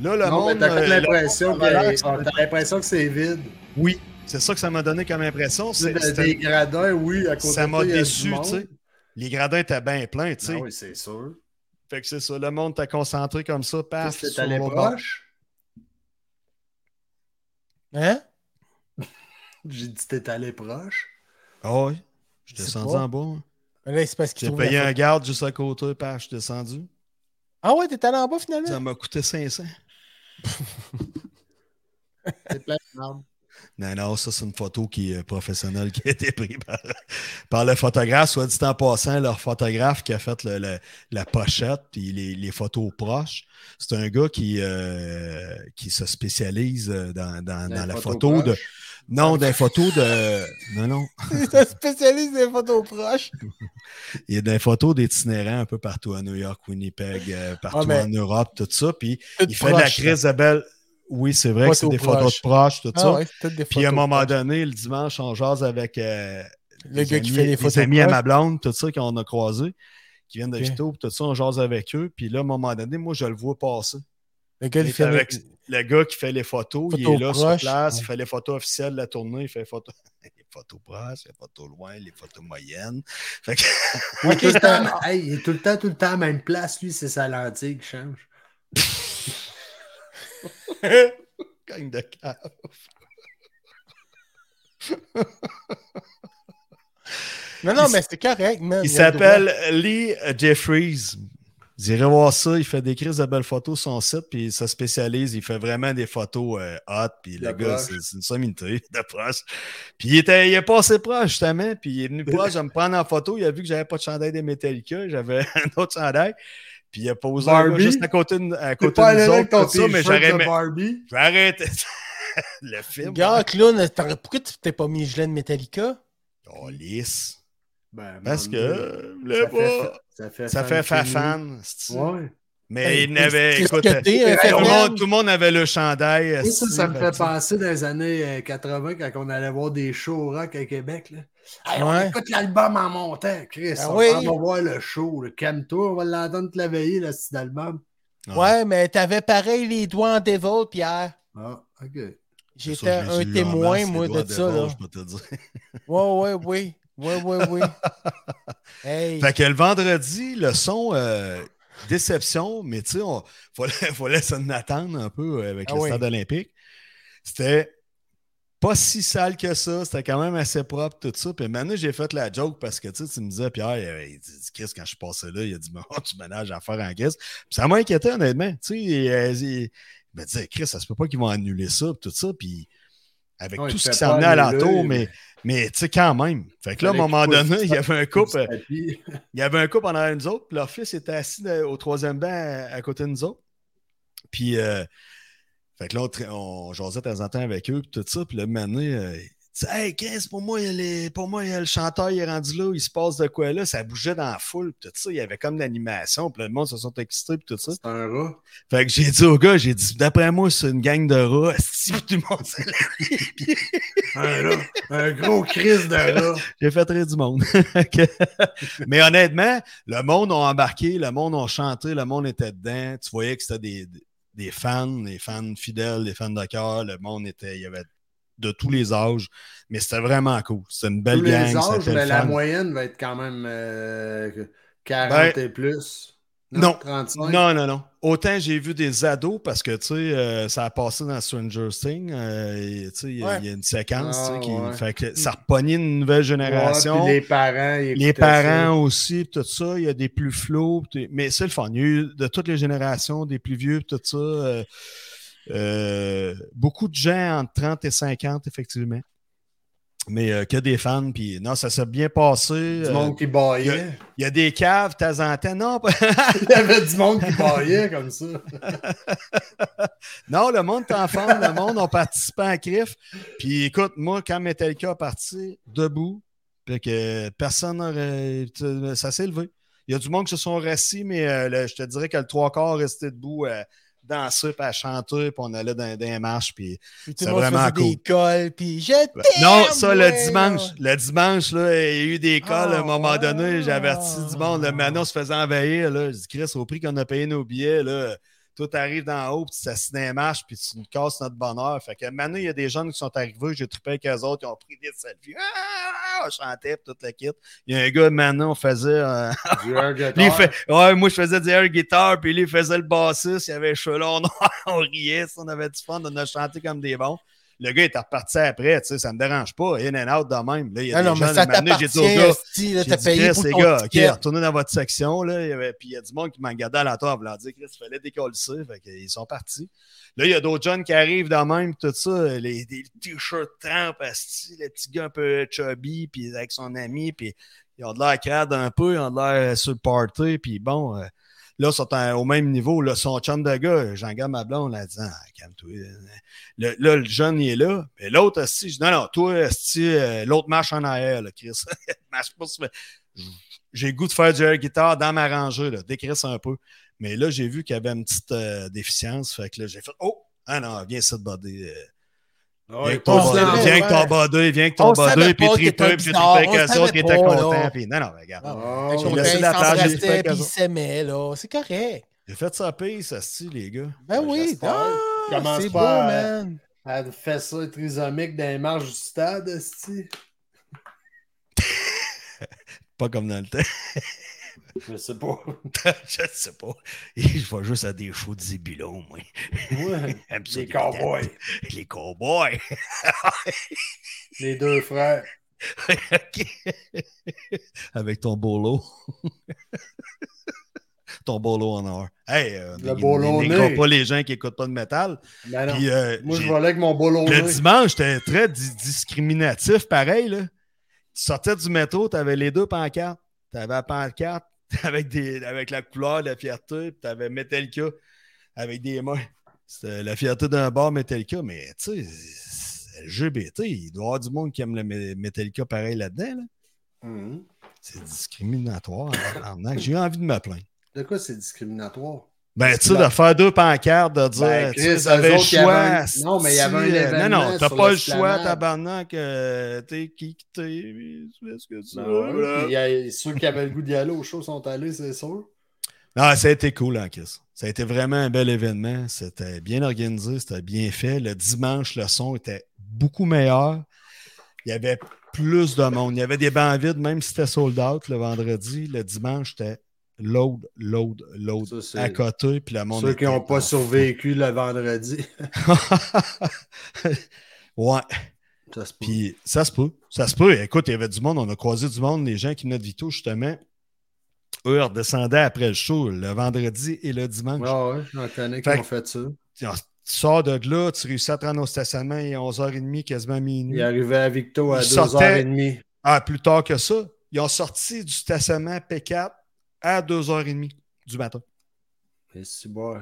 Là, le
non,
monde.
mais t'as
euh,
fait
le-
l'impression
le-
que-
relax.
ah, t'as l'impression que c'est vide.
Oui, c'est ça que ça m'a donné comme impression.
Tu sais,
c'est-
ben,
c'était-
des gradins, oui, à côté
ça
de
m'a
toi, il y a du
déçu,
monde.
tu sais. Les gradins étaient bien pleins, tu sais.
Ah oui, c'est sûr.
Fait que c'est ça, le monde t'a concentré comme ça, paf,
Est-ce que
Ah, sur
t'allais
l'autre bord.
proche?
Hein?
J'ai dit t'es allé proche.
Ah oui, je
Je
suis
sais
descendu
pas.
en bas. hein.
Là, c'est parce qu'il
J'ai
trouve. la
payé un
photo.
garde juste à côté, paf, je suis descendu.
Ah ouais, t'es allé en bas finalement?
Ça m'a coûté 500.
C'est plein de merde.
Non, non, ça, c'est une photo qui est professionnelle qui a été prise par, par le photographe. Soit dit en passant, leur photographe qui a fait le- le- la pochette puis les, les photos proches. C'est un gars qui, euh, qui se spécialise euh, dans, dans- dans la
Photo
photo de.
proche.
Non, des photos de. Non, non.
Il se spécialise des photos proches.
Il y a des photos d'itinérants un peu partout à New York, Winnipeg, euh, partout
Ah, mais-
en Europe, tout ça. Puis
Toutes
il fait de la
proches,
crise de belle. Oui, c'est vrai que c'est
Photos
des photos de
proches.
proches, tout
Ah
ça.
ouais, c'est toutes des
Puis à un
photos
moment
proches.
donné, le dimanche, on jase avec euh,
Le
des
gars qui
amis-
fait les
des
photos
amis à
proches.
ma blonde, tout ça, qu'on a croisé, qui viennent de
Ok.
Vito, puis tout ça, on jase avec eux. Puis là, à un moment donné, moi, je le vois passer.
Le gars,
Il
il
est
fait
avec-
les-
Le gars qui fait les photos, il
Photos
est là
proches,
sur place,
ouais.
il fait les photos officielles de la tournée, il fait les photos. Les photos proches, les photos loin, les photos moyennes. Fait que-
Il est tout le temps- hey, il est tout le temps, tout le temps à la même place, lui, c'est sa lentille qui change.
Cogne de cave.
Non, non,
Il
mais c'est correct, man.
Il
a le droit.
s'appelle Lee Jeffries. Vous irez voir ça. Il fait des crises de belles photos sur son site, puis ça spécialise. Il fait vraiment des photos euh, hot, puis le
De
gars,
proche.
c'est c'est une sommité de proche. Puis il, était, il est passé proche, justement, puis il est venu proche de me prendre en photo. Il a vu que j'avais pas de chandail des Metallica, j'avais un autre chandail. Puis il a posé un gars
Barbie?
juste à côté de, à
T'es
côté
pas
de
allé
nous
là avec
autres,
ton
tout ça, mais
t-shirt
j'aurais
de
aimé-
Barbie?
j'ai arrêté le film.
Gars, clown, t'aurais- pourquoi tu t'es pas mis gelé de Metallica?
Oh, lisse.
Ben,
Parce
mon
que
Dieu,
euh, le
ça fait-
pas.
ça fait
Ça fait fa
fan.
fan. c'est-tu.
Ouais.
Mais il n'avait.
Qu'est-ce
Écoute,
que t'es, un
tout,
FM?
le monde, tout le monde avait le chandail.
Et ça,
esti,
ça me
fait
fait
que ça-
penser dans les années euh, 80 quand on allait voir des shows au rock à Québec. Là. Hey, on
Ouais.
écoute l'album en montant, Chris.
Ah
on
oui.
s'en va voir le show. le Calme-toi, on va l'entendre te la veiller, le style d'album.
Ouais, mais t'avais pareil les doigts en dévol, Pierre.
Ah, OK.
J'étais
Ça, je les ai
un
eu en
témoin,
masse, les
moi,
doigts
de
de
ça, là.
rouge, je peux te dire.
Ouais, ouais, oui. Ouais, ouais, oui. Hey.
Fait que le vendredi, le son, euh, déception, mais tu sais, on fallait, fallait s'en attendre un peu euh, avec
Ah
le
oui.
stade olympique. C'était pas si sale que ça, c'était quand même assez propre, tout ça. Puis maintenant, j'ai fait la joke parce que tu sais, tu me disais, Pierre, euh, il dit, Chris, quand je suis passé là, il a dit, oh, tu ménages à faire en Chris. Puis ça m'a inquiété, honnêtement. Tu sais, il, euh, il- il me disait, Chris, ça se peut pas qu'ils vont annuler ça, puis tout ça. Puis avec
Non, il
tout ce
fait
qui
pas
s'en venait
annuler,
alentour,
mais-
mais, mais tu sais, quand même. Fait que là, à un
Fallait
moment
qu'il pousse
donné, il y
ça
avait un couple.
Du tapis.
Il y avait un couple en arrière de nous autres, puis leur fils était assis de- au troisième banc à, à côté de nous autres. Puis, euh, fait que là, on tra- on, jasait de temps en temps avec eux, puis tout ça. Puis là, Mané, euh, il dit Hey, Chris, pour moi, il est- pour moi, il est- le chanteur, il est rendu là, il se passe de quoi là. Ça bougeait dans la foule, puis tout ça. Il y avait comme l'animation, puis le monde se sont excités, puis tout ça.
C'est un rat.
Fait que j'ai dit au gars J'ai dit, d'après moi, c'est une gang de rats. Si tout le monde s'est levé. Puis
Un rat. un gros Chris de rat.
J'ai fait rire du monde. Que- Mais honnêtement, le monde a embarqué, le monde a chanté, le monde était dedans. Tu voyais que c'était des, des fans, des fans fidèles, des fans de cœur. Le monde était, il y avait de tous les âges. Mais c'était vraiment cool. C'était une belle
Tous les
gang.
âges,
c'était
mais
le
la
fun.
moyenne va être quand même euh, 40 et plus.
Ben, non.
35.
Non, non, non. Autant j'ai vu des ados parce que, tu sais, euh, ça a passé dans Stranger Things. euh, et, tu sais, il y a-
Ouais.
il y a une séquence, tu sais,
Ah,
qui
ouais.
fait que ça repognait une nouvelle génération.
Ouais, puis les parents. ils
Les
écoutaient ça.
parents aussi, pis tout ça, il y a des plus flots, pis des- mais c'est le fun. Il y a eu de toutes les générations, des plus vieux, pis tout ça. euh, euh, beaucoup de gens entre 30 et 50, effectivement. Mais euh, que des fans, puis non, ça s'est bien passé.
Du
euh,
monde qui baillait.
Il y a des caves de temps en temps. Non,
Il y avait du monde qui baillait comme ça.
non le monde est en forme, le monde ont participé en CRIF. Puis écoute, moi, quand Metallica est parti, debout, fait que personne n'aurait. Ça s'est levé. Il y a du monde qui se sont rassis, mais euh, le- je te dirais que le trois quarts restait debout, euh, danser, puis à chanter, puis on allait dans, dans les marches, puis
Puis tout
C'est
le monde se
vraiment
faisait des cols, puis je t'aime!
non, ça, le
ouais,
dimanche.
ouais.
Le dimanche, là, il y a eu des calls à un
Ah,
moment donné.
ouais.
J'ai averti du monde. Le Manon se faisait envahir. Là. Je dis, Chris, au prix qu'on a payé nos billets, là, tout arrive d'en haut, puis ça se démarche, puis tu nous casses notre bonheur. Fait que Manon, il y a des jeunes qui sont arrivés, j'ai trippé avec eux autres, ils ont pris des selfies. Ah, on chantait, puis toute la kit. Il y a un gars, Manon, on faisait. euh,
Du air guitar.
lui, il fait- ouais, moi, je faisais du air guitar, puis lui, il faisait le bassiste, il avait les cheveux longs, noirs, on riait, ça, on avait du fun, on a chanté comme des bons. Le gars était reparti après, tu sais, ça me dérange pas, in and out de même. Là, il y a
Non, non,
des
mais
gens,
ça
à un moment donné,
t'appartient,
j'ai dit au gars,
esti, là,
j'ai
t'as
dit,
payé
Chris,
pour
les
ton
gars,
ticket.
ok, retournez dans votre section, là, il y avait- puis il y a du monde qui m'en regardait à la table, leur dire, Chris, il fallait décoller ça, fait qu'ils sont partis. Là, il y a d'autres jeunes qui arrivent dans même, tout ça, les, des t-shirts trempes, asti, le petit gars un peu chubby, puis avec son ami, puis ils ont de l'air crade un peu, ils ont de l'air euh, sur le party, puis bon, euh, là, ils sont en- au même niveau. Là, son chum de gars, jean garde ma blonde, là, disant ah, calme-toi. Le- là, le jeune, il est là. Mais l'autre, si je dis, non, non, toi, si l'autre marche en arrière, là, Chris. marche pas sur- J'ai le goût de faire du air guitar dans ma rangée, là, décrisse un peu. Mais là, j'ai vu qu'il y avait une petite euh, déficience. Fait que là, j'ai fait, oh, ah non, viens ici de body. euh, Viens
Ouais,
avec ton
on
body,
savait,
viens avec ton
ouais.
body, viens avec ton
On savait
body, puis
pas que
triper,
t'étais
puis j'ai
bizarre, on
trippé avec eux autres,
savait
ils étaient
pas,
contents.
là.
Puis non, non, mais regarde.
Ah,
Fait
je
qu'on
l'ai laissé
était-
la
ils
plage, j'ai
s'embrassaient,
fait
puis
qu'elles
ils s'aimaient, là. C'est correct.
J'ai fait ça pire, ça style, les gars.
Ben
Ben,
oui,
j'espère.
ah,
Commence
c'est beau,
pas à-
man.
Elle fait ça trisomique dans les marches du stade, esti.
Pas comme dans le temps.
Je sais pas.
je sais pas. Et je vais juste à des shows de Zébulon, moi.
Ouais. Les
Absolument.
cowboys.
Les cowboys.
Les deux frères.
OK. Avec ton bolo. ton bolo en or. Hey, euh,
Le bolo
n'écoute
nez.
pas les gens qui n'écoutent pas de métal.
Ben non.
Puis, euh,
Moi, je
j'ai-
volais avec mon bolo
le
nez.
dimanche, j'étais très di- discriminatif, pareil. Là. Tu sortais du métro, tu avais les deux pancartes. Tu avais la pancarte avec, des, avec la couleur de la fierté, puis tu avais Metallica avec des mains. C'était la fierté d'un bar Metallica, mais tu sais, c'est LGBT, il doit y avoir du monde qui aime le Me- Metallica pareil là-dedans. là.
Mhm.
C'est discriminatoire. en tabarnak. J'ai eu envie de me plaindre.
De quoi c'est discriminatoire?
Ben, tu sais, de faire deux pancartes, de dire,
Ben,
tu
Chris,
sais, t'avais
eux
le
autres, il y avait
choix.
un- non, mais il y avait un
si, euh,
événement
Non, non, t'as
sur
pas le
l'esplanade.
choix, tabarnak. euh, t'es qui que t'es, est-ce que tu
Ben
veux,
ouais,
là?
puis il y a- Ceux qui avaient le goût d'y aller au show sont allés, c'est sûr.
Non, ça a été cool, hein, Chris. Ça a été vraiment un bel événement. C'était bien organisé, c'était bien fait. Le dimanche, le son était beaucoup meilleur. Il y avait plus de monde. Il y avait des bancs vides, même si c'était sold out le vendredi. Le dimanche, c'était load, load, load.
Ça, c'est
À côté, puis le monde.
Ceux qui
était
n'ont
en
pas survécu le vendredi.
ouais,
Ça se peut.
puis ça se peut. Ça se peut. Écoute, il y avait du monde, on a croisé du monde, les gens qui venaient de Vito, justement. Eux redescendaient après le show, le vendredi et le dimanche.
Ouais, ouais, j'en connais qui
Fait
ont fait ça.
Tu tu sors de là, tu réussis à te rendre au stationnement, il est 11h30, quasiment minuit.
Il arrivait à Victo à
Ils sortaient.
2h30.
Ah, plus tard que ça, ils ont sorti du stationnement P4 à 2h30 du matin.
Et c'est bon.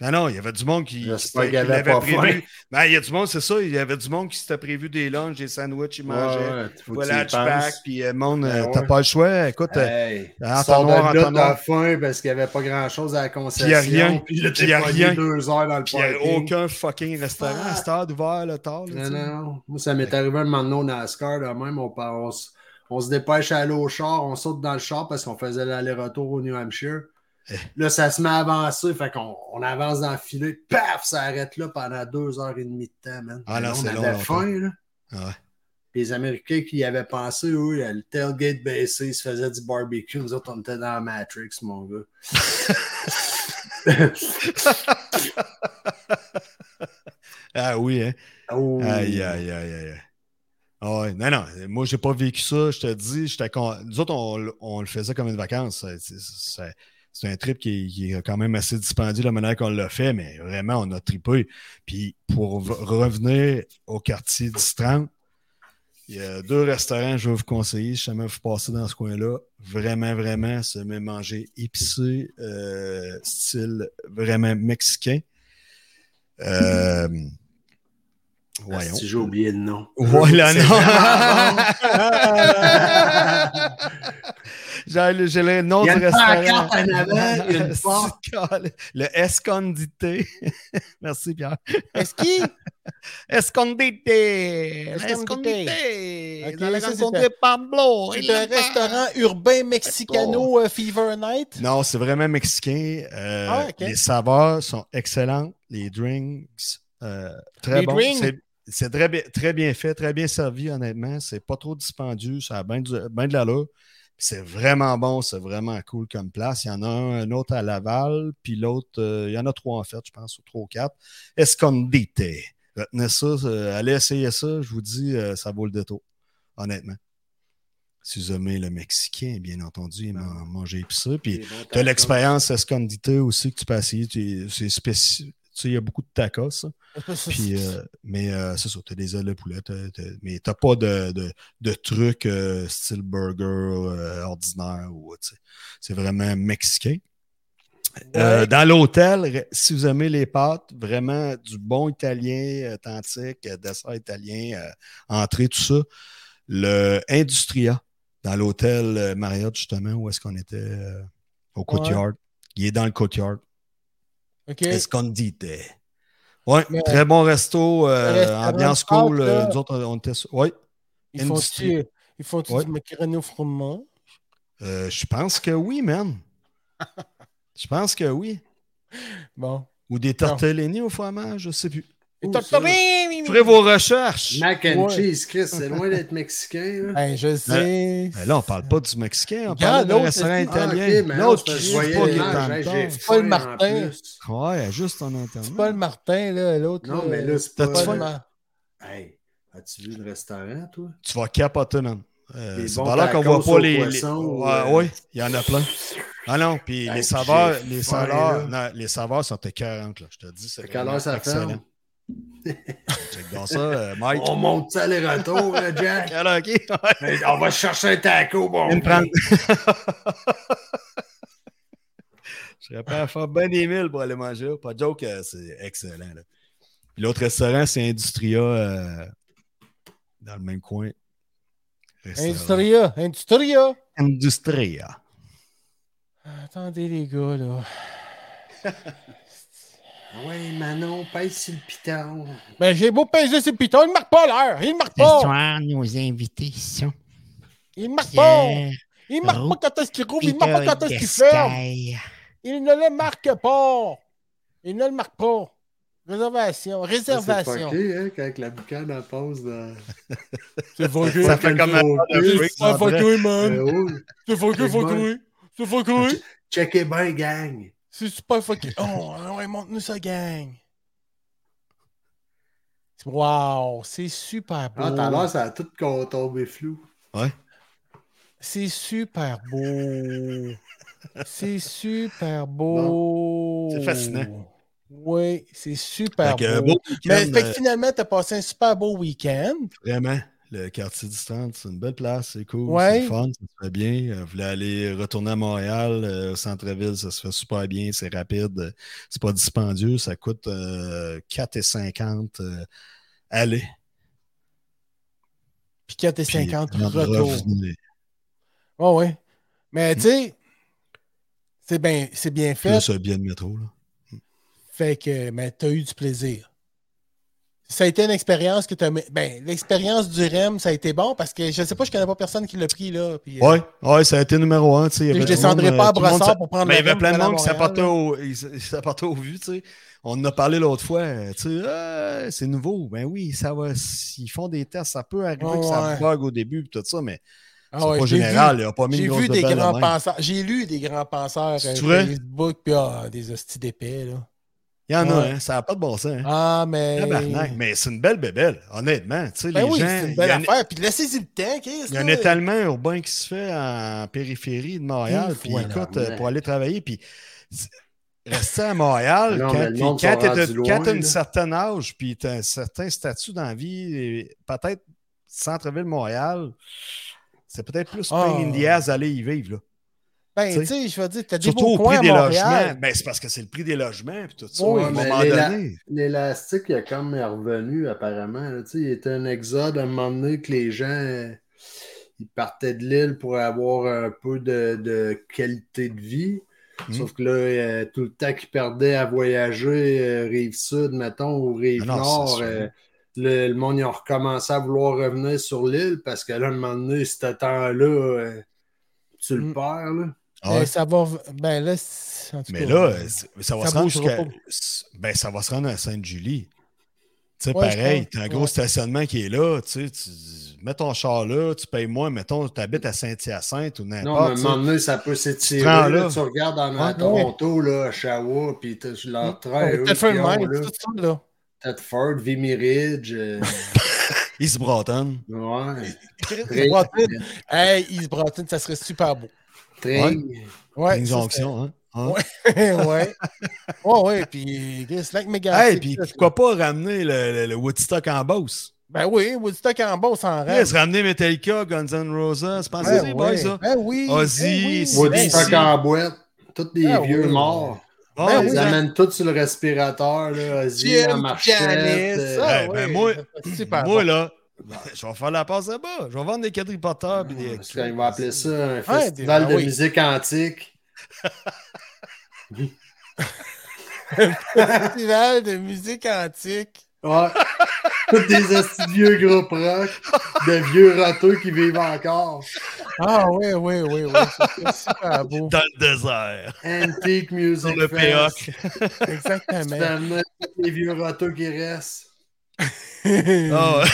Non, non, il y avait du monde qui, qui,
J'espère
s'était-
qu'il
qui
avait
l'avait
pas
prévu.
faim.
Ben, il y a du monde, c'est ça, il y avait du monde qui s'était prévu des lunchs, des sandwichs, ils mangeaient.
Ouais, ouais, faut que tu y
Voilà, pack,
penses.
puis euh, monde,
Ben
euh, t'as
ouais.
pas le choix. Écoute, euh,
Hey,
euh,
ils sont
entonnoir,
de là de
entonnoir.
la fin parce qu'il n'y avait pas grand chose à la concession.
Puis il y a rien.
Puis là,
Puis il y a
t'es pogné
rien.
deux heures dans le
puis y a
parking.
aucun fucking restaurant à cette heure d'ouvert le tard. là,
Non,
tu sais.
non, non. Moi, ça m'est arrivé un moment donné au NASCAR, là, même, on, part- on se- on se dépêche à aller au char, on saute dans le char parce qu'on faisait l'aller-retour au New Hampshire.
Eh.
Là, ça se met à avancer, fait qu'on on avance dans le filet, paf, ça arrête là pendant deux heures et demie de temps, man.
Ah, non,
Là, on
c'est long,
avait
longtemps.
faim, là.
Ah ouais.
Les Américains qui y avaient pensé, eux, le tailgate baissé, ils se faisaient du barbecue. Nous autres, on était dans la Matrix, mon gars.
Ah oui, hein.
Oh.
Aïe, aïe, aïe, aïe. aïe. Ah ouais, non, non, moi, j'ai pas vécu ça. Je te dis, j'étais con- nous autres, on, le- on le faisait comme une vacance. C'est- c'est- C'est c'est un trip qui, qui est quand même assez dispendieux la manière qu'on l'a fait, mais vraiment, on a tripé. Puis pour v- revenir au quartier du 30, il y a deux restaurants, je vais vous conseiller. Si jamais vous passez dans ce coin-là, vraiment, vraiment, se met manger épicé, euh, style vraiment mexicain. Euh,
Ah,
voyons.
si j'ai oublié le nom.
Voilà,
C'est vraiment bon.
non. Genre, le- j'ai le nom
Il y a
du
une
restaurant.
pancarte en avant, il y a une porte.
Sicole. le Escondite. Merci, Pierre.
Est-ce qu'il.
Escondite. Escondite.
Ok,
Dans la
ça, c'est
rencontre Pablo.
C'est
Il
un
est là.
restaurant urbain mexicano euh, Fever Night.
Non, c'est vraiment mexicain. Euh,
Ah, ok.
Les saveurs sont excellentes. Les drinks, euh, très
Les
bons.
drinks?
C'est- C'est très bien, très bien fait, très bien servi, honnêtement. C'est pas trop dispendieux. Ça a bien ben de l'allure. Puis C'est vraiment bon. C'est vraiment cool comme place. Il y en a un, un autre à Laval, puis l'autre, euh, il y en a trois en fait, je pense, ou trois ou quatre. Escondite. Retenez ça. euh, allez essayer ça. Je vous dis, euh, ça vaut le détour, honnêtement. Si vous aimez le Mexicain, bien entendu, et man- manger épicé. Puis tu as l'expérience escondite aussi que tu peux essayer. Tu- C'est spécial. Tu sais, il y a beaucoup de tacos. ça. Puis, euh, mais euh, c'est ça, tu as des ailes de poulet, t'as- t'as- mais tu pas de, de, de trucs euh, style burger euh, ordinaire. ou, tu sais. c'est vraiment mexicain. Euh, dans l'hôtel, re- si vous aimez les pâtes, vraiment du bon italien authentique, euh, dessert italien, euh, entrée, tout ça. Le Industria, dans l'hôtel euh, Marriott, justement, où est-ce qu'on était euh, au Côte-Yard. Il est dans le Côte-Yard.
OK.
Escondite. Ouais,
Mais-
très bon resto, euh,
Le restaurant
ambiance
de pâtes,
cool. euh,
là.
nous autres, on était. sur- Ouais,
Ils font
Industrie.
tu, ils font
Ouais.
du macaroni au fromage.
euh, je pense que oui, man. Je pense que oui.
Bon.
Ou des tortellini au fromage, je sais plus.
Et
Ouh,
toc,
ça.
toc, oui, oui, oui.
Ferez vos recherches.
Mac and
Ouais.
cheese, Chris, c'est loin d'être
Ah,
mexicain. Hein.
Ben, je sais.
Mais ben là, on parle pas du Mexicain, on
Regarde,
parle d'un
l'autre,
restaurant
c'est-
Ah,
italien.
ok, mais
L'autre,
non,
je
c'est
sais
parce
pas
que je
qu'il
voyais
est
l'image,
dans le
hey,
temps.
j'ai
Paul
faim en
Martin.
plus.
Ouais, juste en entendant.
C'est pas le Martin, là, l'autre.
Non, mais là, c'est
T'as-tu
pas. euh,
c'est
faim?
pas le Mar-
Hey, as-tu vu le restaurant, toi?
Tu vas capoter, man. Euh,
Des
c'est
bons
pas là qu'on
tacos
voit pas
au
les. les-
poisson ou,
Ouais,
euh,
ouais, il y en a plein. Ah non, puis
Hey,
les
j'ai
saveurs, les
faim,
saveurs, non, les saveurs sont écœurantes, là. Je te dis, c'est
À quelle heure ça ferme? Oh.
excellent. Check donc ça, euh, Mike.
On monte ça les retours, là, Jack.
Alors, ok.
Hey, on va chercher un taco, bon.
Viens me prendre. Je serais prêt à faire ben des milles pour aller manger là. Pas de joke, euh, c'est excellent. là. Puis l'autre restaurant, c'est Industria euh, dans le même coin. Restaurant.
Industria. Industria. Ah,
Industria.
Attendez, les gars, là.
Ah Ouais, Manon, pèse sur le piton.
Ben, j'ai beau peser ses pitons, il ne marque pas l'heure. Il ne marque
Ce
pas.
soir, nos invités sont
Il ne marque pas.
Pierre,
Il ne marque
Roux,
pas quand est-ce qu'il rouvre. Il ne marque pas
Peter
quand est-ce qu'il ferme.
Descailles.
Il ne le marque pas. Il ne le marque pas. Réservation.
Ça, C'est
Réservation.
fucké, hein, quand la boucane en pose dans.
C'est fucké.
Ça fait comme un
Focus.
freak,
C'est
ça, vrai.
fucké, man.
Euh, oh,
C'est fucké,
C'est bon.
fucké. C'est fucké.
Checkez bien, gang.
C'est super fucké. Oh, ouais, montre-nous ça, gang. Wow, c'est super beau.
Ah, tout à l'heure, ça a tout con- tombé flou.
C'est super beau. c'est super beau.
C'est fascinant.
Oui, c'est super
Fait que,
beau.
beau
Mais
week-end,
fait que
euh,
finalement, t'as passé un super beau week-end.
Vraiment, le quartier distance, c'est une belle place, c'est cool,
Ouais.
c'est le fun, ça se fait bien. Euh, Vous voulez aller retourner à Montréal, euh, au centre-ville, ça se fait super bien, c'est rapide, euh, c'est pas dispendieux, ça coûte euh, 4,50 euh, aller.
Puis 4 et
puis
50
en
retour.
revenir. Hmm.
Ouais, ouais. Mais tu sais, c'est bien, c'est bien fait.
Plus un billet de métro. Là.
Fait que, mais t'as eu du plaisir. Ça a été une expérience que t'as. Ben, l'expérience du REM, ça a été bon parce que je sais pas, je connais pas personne qui l'a pris là. Puis, euh,
Ouais, ouais, ça a été numéro un. tu sais, il y
je
avait tout le
descendrai
monde,
pas
euh,
à
tout le monde
Brossard pour prendre
Mais il y
le
avait
REM
plein de
pour Ah, aller à Montréal,
monde qui s'apportait
là.
au, ils s- ils s'apportaient au vu, tu sais. On en a parlé l'autre fois, euh, tu sais, Ah, c'est nouveau. Ben oui, ça va, s'ils font des tests, ça peut arriver
Ouais,
que ça
ouais.
bug au début, pis tout ça, mais
Ah
c'est
ouais,
pas
j'ai vu-
général, il a pas mis
J'ai
une grosse
vu des
bebelle de
grands
même.
penseurs. J'ai lu des grands penseurs
C'est
euh,
vrai?
Facebook, puis ah, des hosties d'épais, là.
Il y en a,
Ouais.
hein, ça n'a pas de bon sens. hein.
Ah, mais.
Tabarnak, mais c'est une belle bébelle, honnêtement. Tu sais,
Ben
les
oui,
gens,
c'est une
il y
belle
a un-
affaire. Puis laissez-y le temps, Chris.
Il y a un
là.
étalement urbain qui se fait en périphérie de Montréal.
Ouf,
Puis
ouais.
écoute, euh, pour aller travailler, puis c'est- rester à Montréal,
Non, mais
quand
le
t'es-
monde
quand
sont
t'es
rendus
de-
loin,
quand t'as une
là.
certaine âge, puis t'as un certain statut dans la vie, et peut-être centre-ville de Montréal, c'est peut-être plus
Ah.
pain in the ass d'aller y vivre. là.
Ben,
tu sais.
tu sais, je veux dire, t'as des
Surtout
beaux
au
coins
prix
à
des
Montréal.
logements. Ben, c'est parce que c'est le prix des logements, puis tout ça,
Oui,
à un
mais
moment
les
donné.
la- L'élastique, il a comme revenu apparemment. là. Tu sais, il était un exode à un moment donné que les gens euh, ils partaient de l'île pour avoir un peu de, de qualité de vie.
Mhm.
Sauf que là, euh, tout le temps qu'ils perdaient à voyager, euh, rive sud, mettons, ou rive
Ah non,
nord,
c'est sûr.
euh, le, le monde ils ont recommencé à vouloir revenir sur l'île parce que là, à un moment donné, ce temps-là, euh, tu le
Mm.
perds. Là.
Ah ouais.
Euh, ça va. Ben là, c'est- en tout
Mais
cas,
là,
euh,
c'est- ça va
ça
se rendre
bougera
jusqu'à.
pas.
Ben, ça va se rendre à Sainte-Julie. Tu sais,
Ouais, je
pareil,
pense,
t'as un gros
ouais.
stationnement qui est là, tu sais, tu mets ton char là, tu payes moins, mettons, t'habites à Saint-Hyacinthe ou
Non, mais à un
n'importe. tu sais.
moment donné, ça peut s'étirer.
Tu te rends
là,
là.
Tu regardes en, à
Ouais.
Toronto, là, à Oshawa, puis t'as- leur train, eux,
on peut faire
qui
le
ont,
même,
là,
tout ça, là.
Thetford, Vimy Ridge. euh,
Ils se bratonnent.
ouais.
Ils se bratonnent. Hey, ils se bratonnent, ça serait super beau.
Tring.
Ouais.
une
ça,
jonction, hein? Hein?
Ouais. c'est- ouais. Ouais, ouais. Puis, Chris, Lac
Hey,
Mégantic,
puis
là,
pourquoi pas ramener le, le- le Woodstock en Beauce?
Ben oui, Woodstock en bas, on s'en rêve.
Yes, ramener Metallica, Guns N' Roses, pensez-y,
Ben
boys,
ouais.
ça.
Ben oui.
Ozzy,
ben oui.
Woody.
Woodstock
ici.
en boîte. Tous les
Ah,
vieux
oui.
morts.
Bon,
Ben
Ils
oui,
les amis,
amènent tous sur le respirateur, là, Ozzy en
Jim
marchette.
Janis,
euh,
ah
Eh, ben
ouais,
moi-
c'est super
moi,
bon.
là, ben, je vais faire la passe là-bas. Je vais vendre des quadripoteurs.
euh,
puis des...
Parce qu'ils vont Ah, appeler ça un festival
ben
de
oui.
musique antique.
festival de musique antique.
Ouais. Tous des hosties de vieux groupes rock, de vieux râteux qui vivent encore.
Ah oui, oui, oui, oui. ça, C'est super beau.
Dans le désert,
Antique Music
sur le
Fest.
POC.
Tu
Exactement.
fais venir tous les vieux râteux qui restent.
Ah ouais.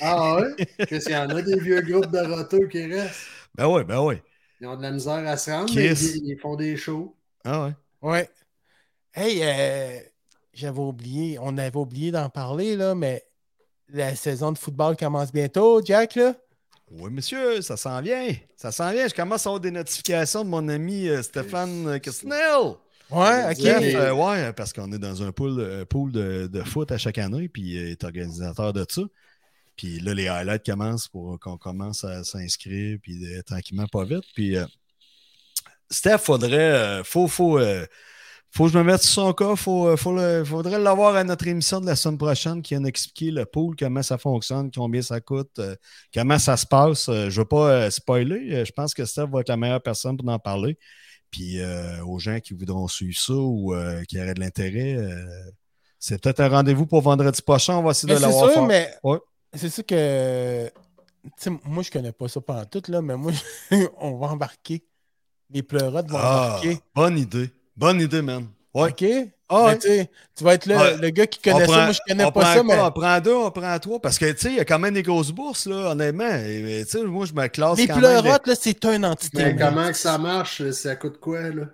Ah ouais? Qu'est-ce qu'il y en a des vieux groupes de râteux qui restent?
Ben oui, ben oui.
Ils ont de la misère à se rendre, mais
Kiss.
ils, ils font des shows.
Ah ouais.
Ouais. Hey, euh, j'avais oublié, on avait oublié d'en parler, là, mais la saison de football commence bientôt, Jack, là.
Oui, monsieur, ça s'en vient. Ça s'en vient. Je commence à avoir des notifications de mon ami euh, Stéphane euh, Quesnel.
Ouais, ok.
Exact.
Bref, euh, ouais, parce qu'on est dans un pool, euh, pool de, de foot à chaque année, puis euh, il est organisateur de ça. Puis là, les highlights commencent pour qu'on commence à s'inscrire, puis euh, tranquillement, pas vite. Puis euh, Steph, faudrait, euh, faut, faut, euh, faut que je me mette sur son cas. Faut, euh, faut le- faudrait l'avoir à notre émission de la semaine prochaine qui vient expliquer le pool, comment ça fonctionne, combien ça coûte, euh, comment ça se passe. Euh, je veux pas euh, spoiler. Euh, Je pense que Steph va être la meilleure personne pour en parler. Puis euh, aux gens qui voudront suivre ça ou euh, qui auraient de l'intérêt, euh, c'est peut-être un rendez-vous pour vendredi prochain. On va essayer
Mais
de
c'est
l'avoir.
sûr,
fort.
mais
Ouais.
c'est sûr que tu sais, moi je connais pas ça pendant tout, là, mais moi on va embarquer. Les pleurotes vont
Ah,
embarquer.
bonne idée. Bonne idée, man. Ouais.
OK? Mais
Ah, ouais.
tu sais, tu vas être le,
Ouais.
le gars qui connaît
On
ça.
prend-
Moi, je connais
on
pas
prend
ça,
quoi?
mais
On prend deux, on prend trois. Parce que, tu sais, il y a quand même des grosses bourses, là, honnêtement. Et, euh, tu sais, moi, je me classe
les
quand même.
pleurotes, là, c'est une entité.
Mais
man.
comment que ça marche? Ça coûte quoi, là?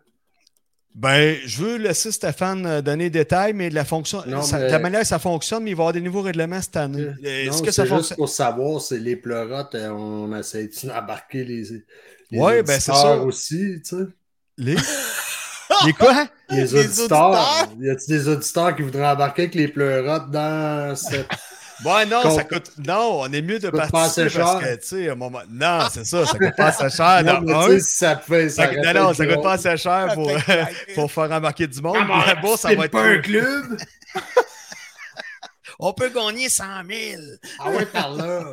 Ben, je veux laisser Stéphane euh, donner des détails, mais de la fonction,
Non,
ça-
mais-
de la manière que ça fonctionne, mais il va y avoir des nouveaux règlements cette année.
Euh,
Euh,
Non,
Est-ce que
c'est
ça
juste
fonctionne?
pour savoir, c'est les pleurotes, euh, on essaie d'embarquer les, les
Ouais, ben, c'est
auditeurs
ça.
aussi, tu sais.
Les... les quoi?
Les,
Les
auditeurs.
auditeurs.
Y a-t-il des auditeurs qui voudraient embarquer avec les pleurotes dans cette...
Ouais, non,
Qu'on-
ça coûte. Non, on est mieux de
coûte pas
participer
assez
parce
cher.
que, tu sais, à un moment. Non, c'est ça, ça coûte pas assez cher.
Non,
Ah, dans
mais
un.
tu sais, si ça te fait...
Ça,
Ça
non, non, ça coûte pas assez cher pour, euh, pour faire embarquer du monde. La bourse, ça va être.
pas un club?
On peut gagner 100 000.
Ah ouais, par là.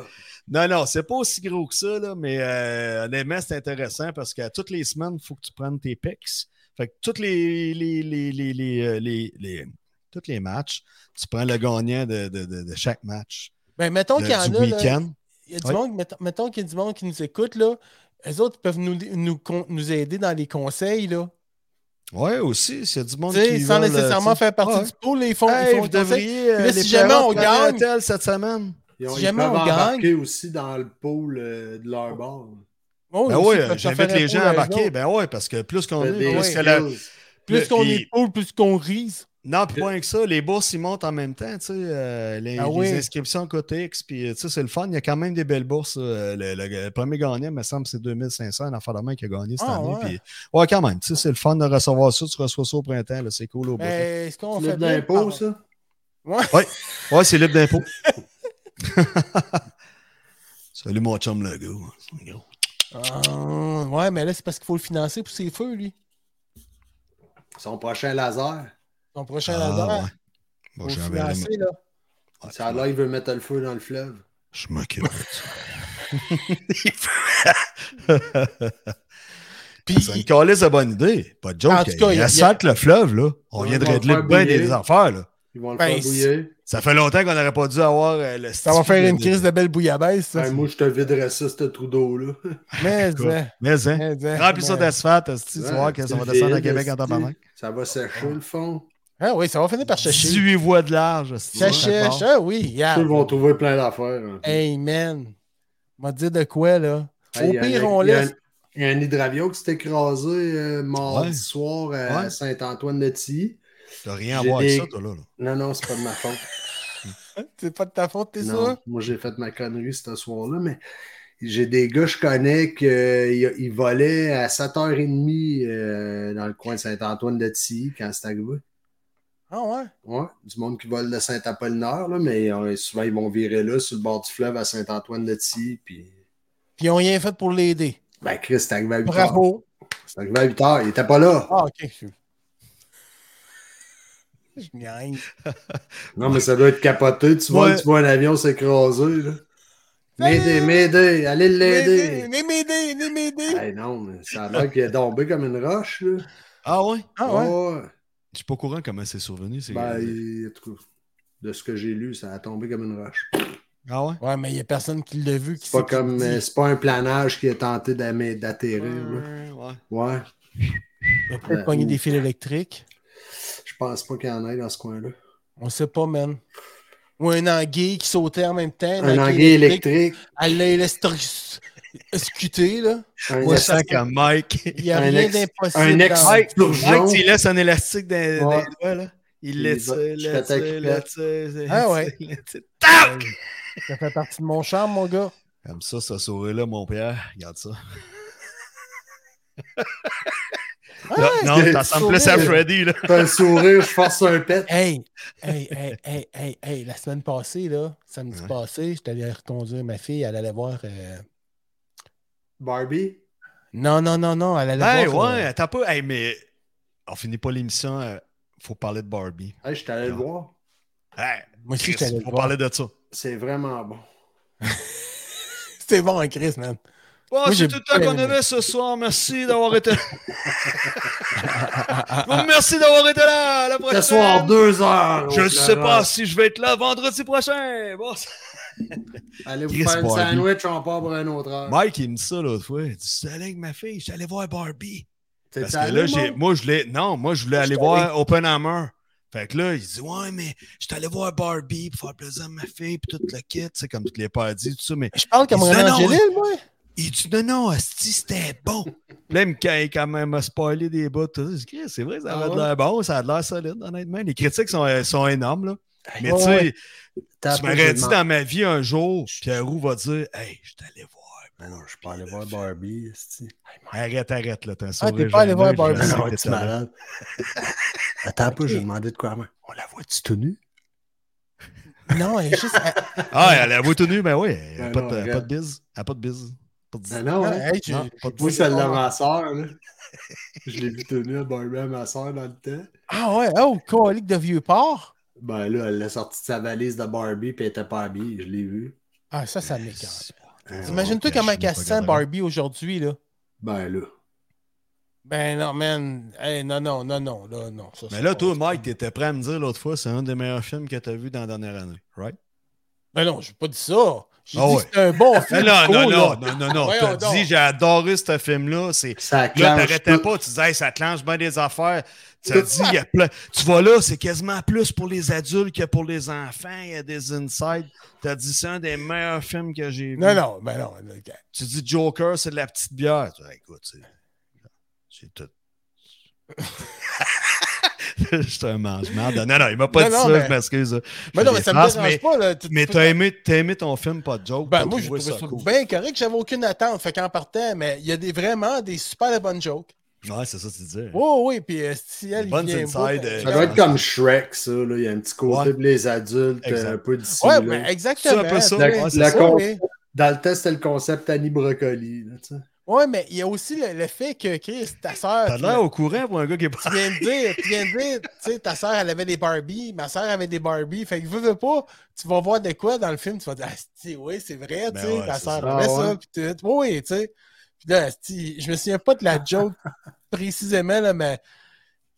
Non, non, c'est pas aussi gros que ça, là, mais euh, honnêtement, c'est intéressant parce que toutes les semaines, il faut que tu prennes tes picks. Fait que toutes les, les, les, les, les, euh, les- les- tous les matchs, tu prends le gagnant de, de- de- de chaque match
Ben, mettons
de-
qu'il y en
du
a, là,
week-end.
Il y a du
Ouais.
monde, mettons, mettons qu'il y a du monde qui nous écoute, là. Eux autres ils peuvent nous, nous, con- nous aider dans les conseils, là.
Oui, aussi, s'il y a du monde
Tu sais,
qui
sans
veulent, euh,
nécessairement
tu sais,
faire partie
ouais.
du pool, là, ils font, ils
Hey,
font
vous
des conseils.
devriez, euh,
Puis là,
les
si jamais
Pirates
on
prennent
gagne-
un tel cette semaine.
Ils, ont,
Si
ils
jamais
peuvent
on gagne-
embarquer aussi dans le pôle euh, de leur bord.
Oh,
Ben
aussi,
oui,
ils peuvent faire
j'invite
un
les
pool
gens à
avec eux
embarquer.
autres.
Ben oui, parce que plus qu'on
Fais
est,
des
plus
ouais.
que la-
skills.
Plus qu'on
Puis-
est pool, plus qu'on rise.
Non, puis pas rien que ça, les bourses, ils montent en même temps, tu sais, euh, les,
Ah
les
oui.
inscriptions côté X, puis euh, tu sais, c'est le fun, il y a quand même des belles bourses. euh, le, le- le premier gagnant, me semble, c'est 2500, un enfant de main qui a gagné cette
Ah,
année.
ouais.
puis- Ouais, quand même, tu sais, c'est le fun de recevoir ça, tu reçois ça au printemps, là, c'est cool au
Ben,
bout.
Mais est-ce Ben, qu'on
Tu
fait
lèves
bien de
d'impôts,
parler?
ça?
Ouais, c'est libre d'impôt. Salut mon chum, le gars. C'est gros.
Ah, ouais, mais là, c'est parce qu'il faut le financer pour ses feux, lui.
Son prochain laser.
Son prochain
Ah,
laser.
ouais.
faut
Bon,
le
j'avais-
financer, là.
Ouais,
Ah,
Ça a l'air, il veut mettre le feu dans le fleuve.
Je m'occupe de ça.
Puis,
C'est une calice de bonne idée. Pas de joke.
En tout cas, il
il
y a-
assalte le fleuve, là. On
Ouais,
vient de
ils vont
régler
faire
bien
brûler.
des affaires, là.
Ils vont le
Ben,
faire bouillir.
Ça fait longtemps qu'on n'aurait pas dû avoir euh, le
ça va faire une crise de belle bouillabaisse, ça.
Ben, moi, je te viderais ça, ce trou d'eau-là.
mais,
Quoi?
hein,
Mais, hein.
mais, hein,
Remplis ça
mais-
d'asphalte, esti, tu
Ouais,
vois que ça va
c'est
descendre à
vide,
Québec en
esti.
tabarnak.
Ça va sécher, le fond.
Ah oui, ça va finir par chercher.
18 voies de large, esti,
Ça
quelque part.
cherche. Ah oui,
Ceux
regarde.
vont trouver plein d'affaires. hein.
Amen. M'a dit de quoi, là? Au
Hey, il y a-
pire, on
il y a-
laisse.
Il y a un hydravion qui s'est écrasé euh, mardi
Ouais.
soir à
Ouais.
Saint-Antoine-de-Tilly.
T'as rien à
J'ai
voir avec
des-
ça, toi, là. là.
Non, non, c'est pas de ma faute.
Hein, C'est pas de ta faute, t'es
Non,
sûr?
moi, j'ai fait ma connerie ce soir-là, mais j'ai des gars que je connais qui ils volaient à 7h30 euh, dans le coin de Saint-Antoine-de-Tilly quand c'est arrivé.
Ah ouais?
Ouais, du monde qui vole de Saint-Apollinaire, là, mais euh, souvent ils vont virer là, sur le bord du fleuve à Saint-Antoine-de-Tilly. Puis,
Puis ils ont rien fait pour l'aider.
ben, Chris, c'est arrivé à 8 heures.
Bravo.
C'est arrivé à 8 heures, il était pas là.
Ah, ok. Je, je niaise.
Non, mais ça doit être capoté. Tu, vois,
Ouais.
tu vois un avion s'écraser, là.
Salut!
M'aider, m'aider, allez l'aider.
Venez m'aider, venez m'aider.
Hey, non, mais ça a l'air qu'il est tombé comme une roche, là.
Ah ouais?
Ah ouais?
Ouais,
Je suis pas au courant comment c'est survenu. c'est-
Ben, il- en tout cas, de ce que j'ai lu, ça a tombé comme une roche.
Ah ouais?
Ouais, mais il n'y a personne qui l'a vu. Qui
C'est pas
sait qui
comme,
dit.
euh, c'est pas un planage qui a tenté d'am- d'atterrir, là.
Ouais, ouais.
Ouais,
Il a peut-être
euh,
pogné
ou-
des fils électriques.
je pense pas qu'il y en ait dans ce coin-là.
On sait pas, man. Ou un anguille qui sautait en même temps.
Un anguille électrique,
Elle l'a électro- scuté, là.
un
Moi, je
ex-
sens que Mike.
Il n'y a
Un
rien
ex-
d'impossible.
un
dans-
ex-surgeon.
Mike, il laisse un élastique dans, dans
Ouais.
les doigts, là. Il
Il
laisse,
va-
laisse,
je t'attaque, je
laisse, laisse.
Ah ouais.
laisse.
Euh, Ça fait partie de mon charme, mon gars.
Comme ça, ce sourire-là, mon père. Regarde ça.
Ah,
non,
c'est-
ça ressemble plus à
sourire.
Freddy, là.
T'as un sourire, je force un pet.
Hey, hey, hey, hey, hey, hey, la semaine passée, là, samedi
Ouais.
passé, j'étais allé reconduire ma fille, elle allait voir. euh,
Barbie?
Non, non, non, non, elle allait
Hey,
voir.
ouais,
euh,
attends pas. Hey, mais on finit pas l'émission. euh, faut parler de Barbie.
Hey, je t'allais le
Non.
voir.
Hey,
Moi aussi,
Chris,
j'étais allé le
faut
voir.
parler de ça.
C'est vraiment bon.
C'était bon, hein, Chris, man.
Bon,
Moi,
c'est
j'ai
tout le temps
bien
qu'on
aimé.
avait ce soir. Merci d'avoir été. Bon, merci d'avoir été là. À la
Ce
prochaine.
soir, deux Oh heures.
Je
au
ne sais pas
Florent.
si je vais être là vendredi prochain. Bon, ça-
Allez vous
Chris
faire un
Barbie.
sandwich, on part pour une autre heure.
Mike, il me dit ça l'autre fois. Il dit, Je suis allé avec ma fille, je suis allé voir Barbie.
T'es
Parce que
allé,
là, j'ai-
Mike?
moi, je voulais. Non, moi, je voulais
Je
aller
suis
voir Oppenheimer. Fait que là, il dit Ouais, mais je suis allé voir Barbie pour faire plaisir à ma fille, puis tout le kit, tu sais, comme toutes les pères disent, tout ça. Mais
Je parle comme
Il se
René
donne,
Angélil, moi.
il dit Non, non, Asti, c'était bon. là, il me quand- quand même m'a spoilé des bouts, tout ça. Je dis, Chris, c'est vrai, ça
Ah
a de
ouais?
l'air bon, ça a de l'air solide, honnêtement. Les critiques sont, euh, sont énormes, là. Mais
Ouais,
tu sais,
ouais.
T'as
tu
pas
m'aurais dit
demandé.
dans ma vie un jour, Pierre Roux va dire Hey, je suis allé voir.
Ben non, je suis pas allé voir Barbie. esti.
Arrête, arrête, là, t'as un
Ah,
sourire.
t'es pas allé
gênant,
voir
je
Barbie.
sais
Ben non,
que
es-tu
t'as-
malade? Attends pas, j'ai demandé de quoi. moi. On la voit-tu tout nu?
Non, elle est juste. elle-
Ah, elle a voix tout nu, ben oui. Elle a
Ben
pas,
non,
de- elle a pas
regarde.
de bise. Elle a pas de bise. Pas de bise.
Ben non,
Ah,
hein?
hey, tu-
Non.
pas de-
Moi, celle de ma soeur, là. Je l'ai vu tenue à Barbie à ma soeur dans le temps.
Ah ouais, oh, colique de vieux porc.
Ben là, elle l'a sortie de sa valise de Barbie, puis elle était pas habillée, je l'ai vu.
Ah, ça, ça m'écarte.
Hein,
Imagine-toi
ouais,
comment
je suis
elle
pas
sent
capable.
Barbie aujourd'hui, là.
Ben là.
Ben non, man. Hey, non, non, non, non, là, non. ça,
Mais
c'est
là,
pas-
toi, Mike, t'étais prêt à me dire l'autre fois, c'est un des meilleurs films que t'as vu dans la dernière année, right?
Ben non, j'ai pas dit ça. J'ai
Ah
dit
ouais.
que c'était un bon
Mais
film.
non, non,
cool,
non,
là.
non, non, non.
Voyons
T'as
donc.
dit, j'ai adoré ce film-là. C'est.
Ça
Là,
clenche
t'arrêtais
tout.
pas, tu disais, Hey, ça clenche bien des affaires. Tu as
Tout
dit, il y a plein- tu vois là, c'est quasiment plus pour les adultes que pour les enfants. Il y a des insides. T'as dit, c'est un des meilleurs films que j'ai vu.
Non, non, ben non. là, gars.
Tu dis, Joker, c'est de la petite bière. Tu dis, écoute, c'est- c'est tout. Je suis un mange-merde. Non, non, il m'a pas
Non,
dit
non,
ça,
mais-
je m'excuse. là.
Ben
Je
non, mais ça me
dépasse,
dérange
mais-
pas, là. Tu-
Mais
tu-
t'as aimé, t'as aimé ton film, pas de joke.
Ben
t'as
moi, j'ai
trouvé
trouvé ça
cool.
bien correct. J'avais aucune attente. Fait qu'en partant, mais il y a des, vraiment des super bonnes jokes.
Ouais, c'est ça que tu disais.
Oh oui, puis euh, si elle
Des
il
bonnes
vient
inside,
bout,
euh,
Ça doit être comme Shrek, ça. Là. Il y a un petit côté
Ouais.
pour les adultes, euh,
Exact.
un peu d'ici.
Ouais,
là.
mais
C'est
exactement.
un peu ça.
tu sais.
La-
ouais, c'est
la
ça.
con-
Oui.
Dans le test, c'était le concept Annie Brocoli. là, tu sais.
Ouais, mais il y a aussi le, le fait que Chris, ta soeur.
T'as l'air au courant pour un gars qui est pas.
Tu viens de dire, tu viens de dire, tu sais, ta soeur, elle avait des Barbie, ma soeur avait des Barbie. Fait que veux, veux pas, tu vas voir de quoi dans le film, tu vas dire, ah, oui, c'est vrai,
Ben
tu sais,
ouais,
ta
c'est
soeur
ça.
avait
Ah
ça,
ouais.
pis tout. Oui, tu sais. Puis là, asti, je me souviens pas de la joke précisément, là, mais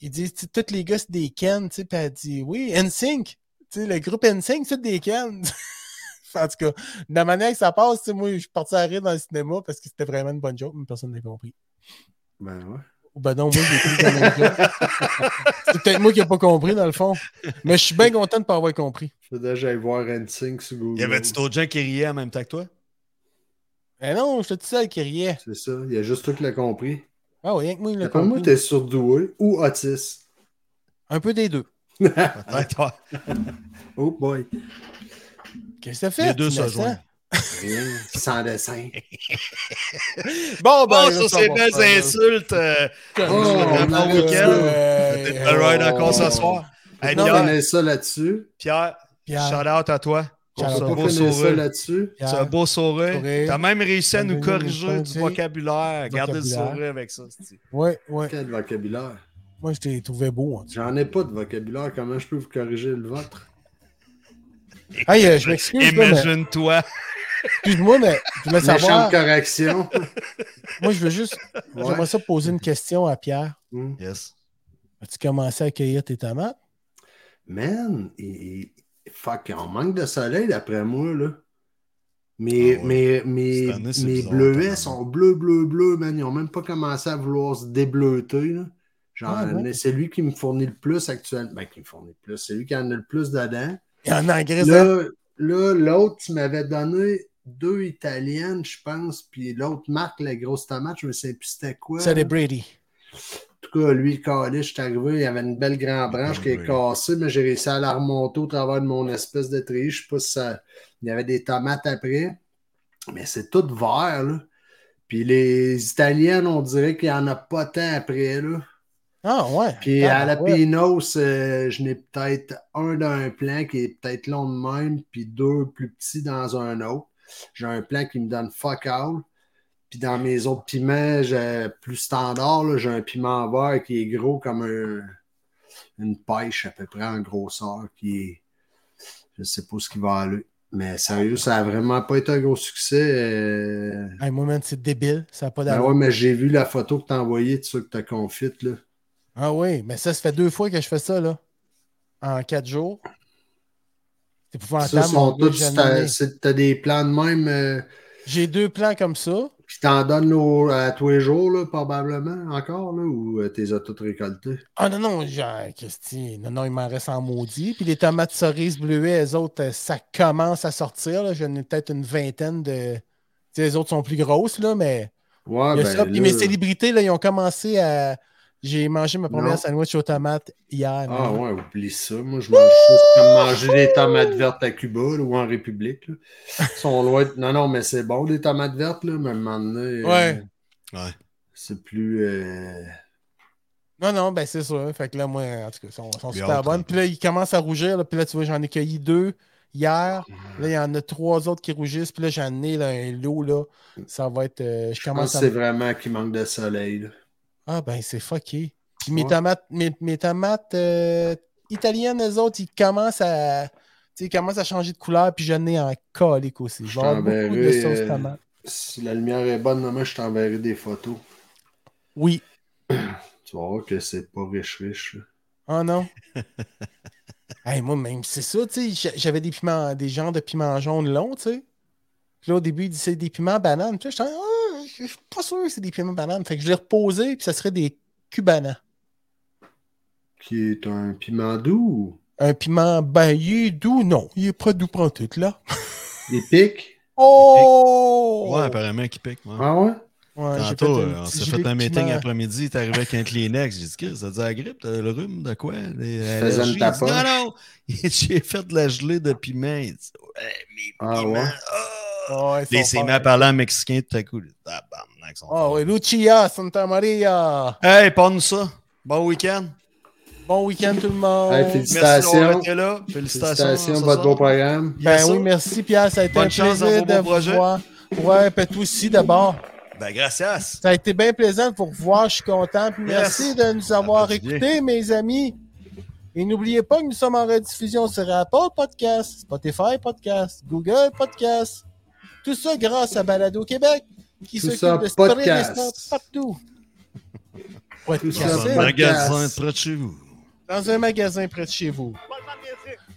ils disent, tu sais, tous les gars, c'est des Ken, tu sais, pis elle dit, oui, NSYNC, tu sais, le groupe NSYNC, c'est des Ken. en tout cas, de la manière que ça passe, tu sais, moi, je suis parti à rire dans le cinéma parce que c'était vraiment une bonne joke, mais personne n'a compris.
Ben ouais.
Ou ben non, moi, j'ai pris comme un gars. C'est peut-être moi qui n'ai pas compris, dans le fond. Mais je suis bien content de ne pas avoir compris.
Faudrait que j'aille voir NSYNC sur
Il
Google.
y avait-tu d'autres gens qui riaient en même temps que toi?
Mais Eh non, j'étais tout seul qui riait.
C'est ça. Il y a juste toi qui l'as compris.
Ah oui, rien que moi, il l'a
D'après moi,
compris.
t'es surdoué ou autiste.
Un peu des deux. Ah,
Peut-être. ouais.
Oh boy.
Qu'est-ce que ça fait?
Les deux se
innocent?
joignent.
Rien. Sans dessin.
Bon, ben,
Bon,
là,
Oh, sur
ça
ces
va
belles
faire-
insultes, euh,
Oh,
on
bon
arrête
week-end.
T'es le ride
euh,
encore ce
Oh.
soir. Hey,
Ben,
On
Non,
Pierre,
mais-
finit ça là-dessus.
Pierre,
Pierre,
shout out à toi.
On
Shout-out.
peut
C'est un
pas
beau
finir ça
sourire.
là-dessus.
Pierre,
C'est un beau sourire.
Sourire.
T'as même réussi à nous
Bienvenue,
corriger du
bienvenue.
vocabulaire. Gardez le
Vocabulaire.
sourire avec ça. c'est-tu.
Ouais, ouais.
Quel vocabulaire.
Moi, je t'ai trouvé beau. en tout
J'en ai pas de vocabulaire. Comment je peux vous corriger le vôtre?
cas. Hey, euh, je m'excuse, là, mais-
Imagine-toi.
excuse-moi, mais je voulais
Méchante
savoir.
correction.
Moi, je veux juste.
Ouais.
J'aimerais ça poser une question à Pierre.
Hmm.
Yes.
As-tu commencé à cueillir tes tomates?
Man, et, et- fuck, on manque de soleil d'après moi, là. Mes,
Ah ouais.
mes,
Cette
mes,
année, c'est
mes
bizarre,
bleuets
quand
sont bleus, bleus, bleus, man. Ils n'ont même pas commencé à vouloir se débleuter, là. Genre,
Ah ouais.
c'est lui qui me fournit le plus actuellement. Ben, qui me fournit le plus. C'est lui qui en a le plus dedans.
Il y en a en gris, hein?
Là, là, l'autre, tu m'avais donné deux italiennes, je pense, puis l'autre marque la grosse tomate, je me sais plus c'était quoi.
C'est
là.
des Brady.
En tout cas, lui, le calé, je suis arrivé, il y avait une belle grande branche qui est
Oui.
cassée, mais j'ai réussi à la remonter au travers de mon espèce de tri. Je sais pas si ça... il y avait des tomates après, mais c'est tout vert, là. Puis les Italiennes, on dirait qu'il n'y en a pas tant après, là.
Ah, ouais.
Puis
Ah,
à la
ouais.
Pinos, euh, je n'ai peut-être un d'un plan qui est peut-être long de même, puis deux plus petits dans un autre. J'ai un plan qui me donne fuck all. Puis dans mes autres piments, j'ai plus standard, là, j'ai un piment vert qui est gros comme un- une pêche à peu près en grosseur, qui est. Je sais pas ce qui va aller. Mais sérieux, ça a vraiment pas été un gros succès. euh.
Hey, moi, man, c'est débile. Ça n'a pas
Ben
d'allure.
ouais, mais j'ai vu la photo que t'as envoyée de ceux que t'as confites, là.
Ah oui, mais ça, ça fait deux fois que je fais ça, là. En quatre jours. C'est
Ça,
épouvantable.
sont
mon Dieu,
tous-
j'ai
t'as-
amené.
c'est- T'as des plans de même euh,
J'ai deux plans comme ça.
qui t'en donnent au- à tous les jours, là, probablement, encore, là, ou euh, t'es as toutes récoltées?
Ah non, non, j'ai- Christy, non, non, il m'en reste en maudit. Puis les tomates cerises bleuets, elles autres, euh, ça commence à sortir. là. J'en ai peut-être une vingtaine de. Tu sais, les autres sont plus grosses, là, mais.
Ouais,
il y a
ben,
ça. Puis
là-
mes célébrités, là, ils ont commencé à. J'ai mangé ma première
Non.
sandwich aux tomates hier.
Ah
man.
ouais, oublie ça. Moi, je mange ça. C'est comme manger des tomates vertes à Cuba là, ou en République. là. Ils sont loin. de- Non, non, mais c'est bon, des tomates vertes, là, mais maintenant.
Ouais.
Ouais.
euh, C'est plus. euh,
Non, non, ben c'est ça. Fait que là, moi, en tout cas, sont, sont
Bien
super
hâte,
bonnes.
hein.
Puis là, ils commencent à rougir. là. Puis là, tu vois, j'en ai cueilli deux hier. Là, il y en a trois autres qui rougissent. Puis là, j'en ai là, un lot, là. Ça va être. euh, je
Je pense
commence
que
à.
Ah, c'est vraiment qu'il manque de soleil. là.
Ah, ben, c'est fucké. Puis mes
Ouais.
tomates, mes, mes tomates euh, italiennes, eux autres, ils commencent à. tu sais, Ils commencent à changer de couleur, puis j'en ai en colique aussi. Je vais avoir beaucoup de
t'enverrai,
sauce
euh,
tomate.
Si la lumière est bonne, maman, je t'enverrai des photos.
Oui.
Tu vas voir que c'est pas riche-riche. là.
Oh non. Hey, moi, même, c'est ça, tu sais. j'a- J'avais des piments, des genres de piments jaunes longs, tu sais. Puis là, au début, il disait des piments bananes. Puis là, j'étais, Ah, je suis pas sûr que c'est des piments bananes. Fait que je l'ai reposé, puis ça serait des cubanas.
Qui est un piment doux
Un piment, ben, il est doux, non. Il est pas doux, prends tout, là.
ou épique?
Oh!
Ouais, apparemment, qui pique. ouais.
Ah ouais?
Ouais, j'ai
Tantôt,
fait un
euh, on
petit
s'est
gilet
fait un
de
meeting
piment.
après-midi, t'es arrivé avec un Kleenex. J'ai dit, Qu'est-ce que ça te dit la grippe, t'as le rhume, de quoi? Des
faisais une
allergies? Il dit,
tapoche.
non, non, j'ai fait de la gelée de piment. Il dit, ouais, mais
Ah
piment,
ouais?
ah!
Ouais,
Là,
ils sont
il s'est mis à
forts.
parler en mexicain tout à coup. Ah, bam, sont
Ah ouais, Lucia, Santa Maria.
Hey, parle-nous ça. Bon week-end.
Bon week-end tout le monde.
Hey, félicitations.
Merci d'avoir été là. Félicitations.
Félicitations,
ce
votre beau
soir.
programme.
Ben
Yes,
oui,
sir.
merci Pierre, ça a été
Bonne
un
chance dans
plaisir
vos beaux
de vous
projets.
voir. Ouais, peut aussi d'abord.
Ben, gracias.
Ça a été bien plaisant pour vous voir. Je suis content. Puis
Yes.
merci de nous avoir
fait du bien.
écoutés, mes amis. Et n'oubliez pas que nous sommes en rediffusion sur Apple Podcast, Spotify Podcast, Google Podcast. Tout ça grâce à Balado Québec, qui
Tout
s'occupe
ça,
de spreader
podcast.
ça partout. Podcast.
ça,
Dans un
podcast.
magasin près de chez vous.
Dans un magasin près de chez vous.
Volvamos.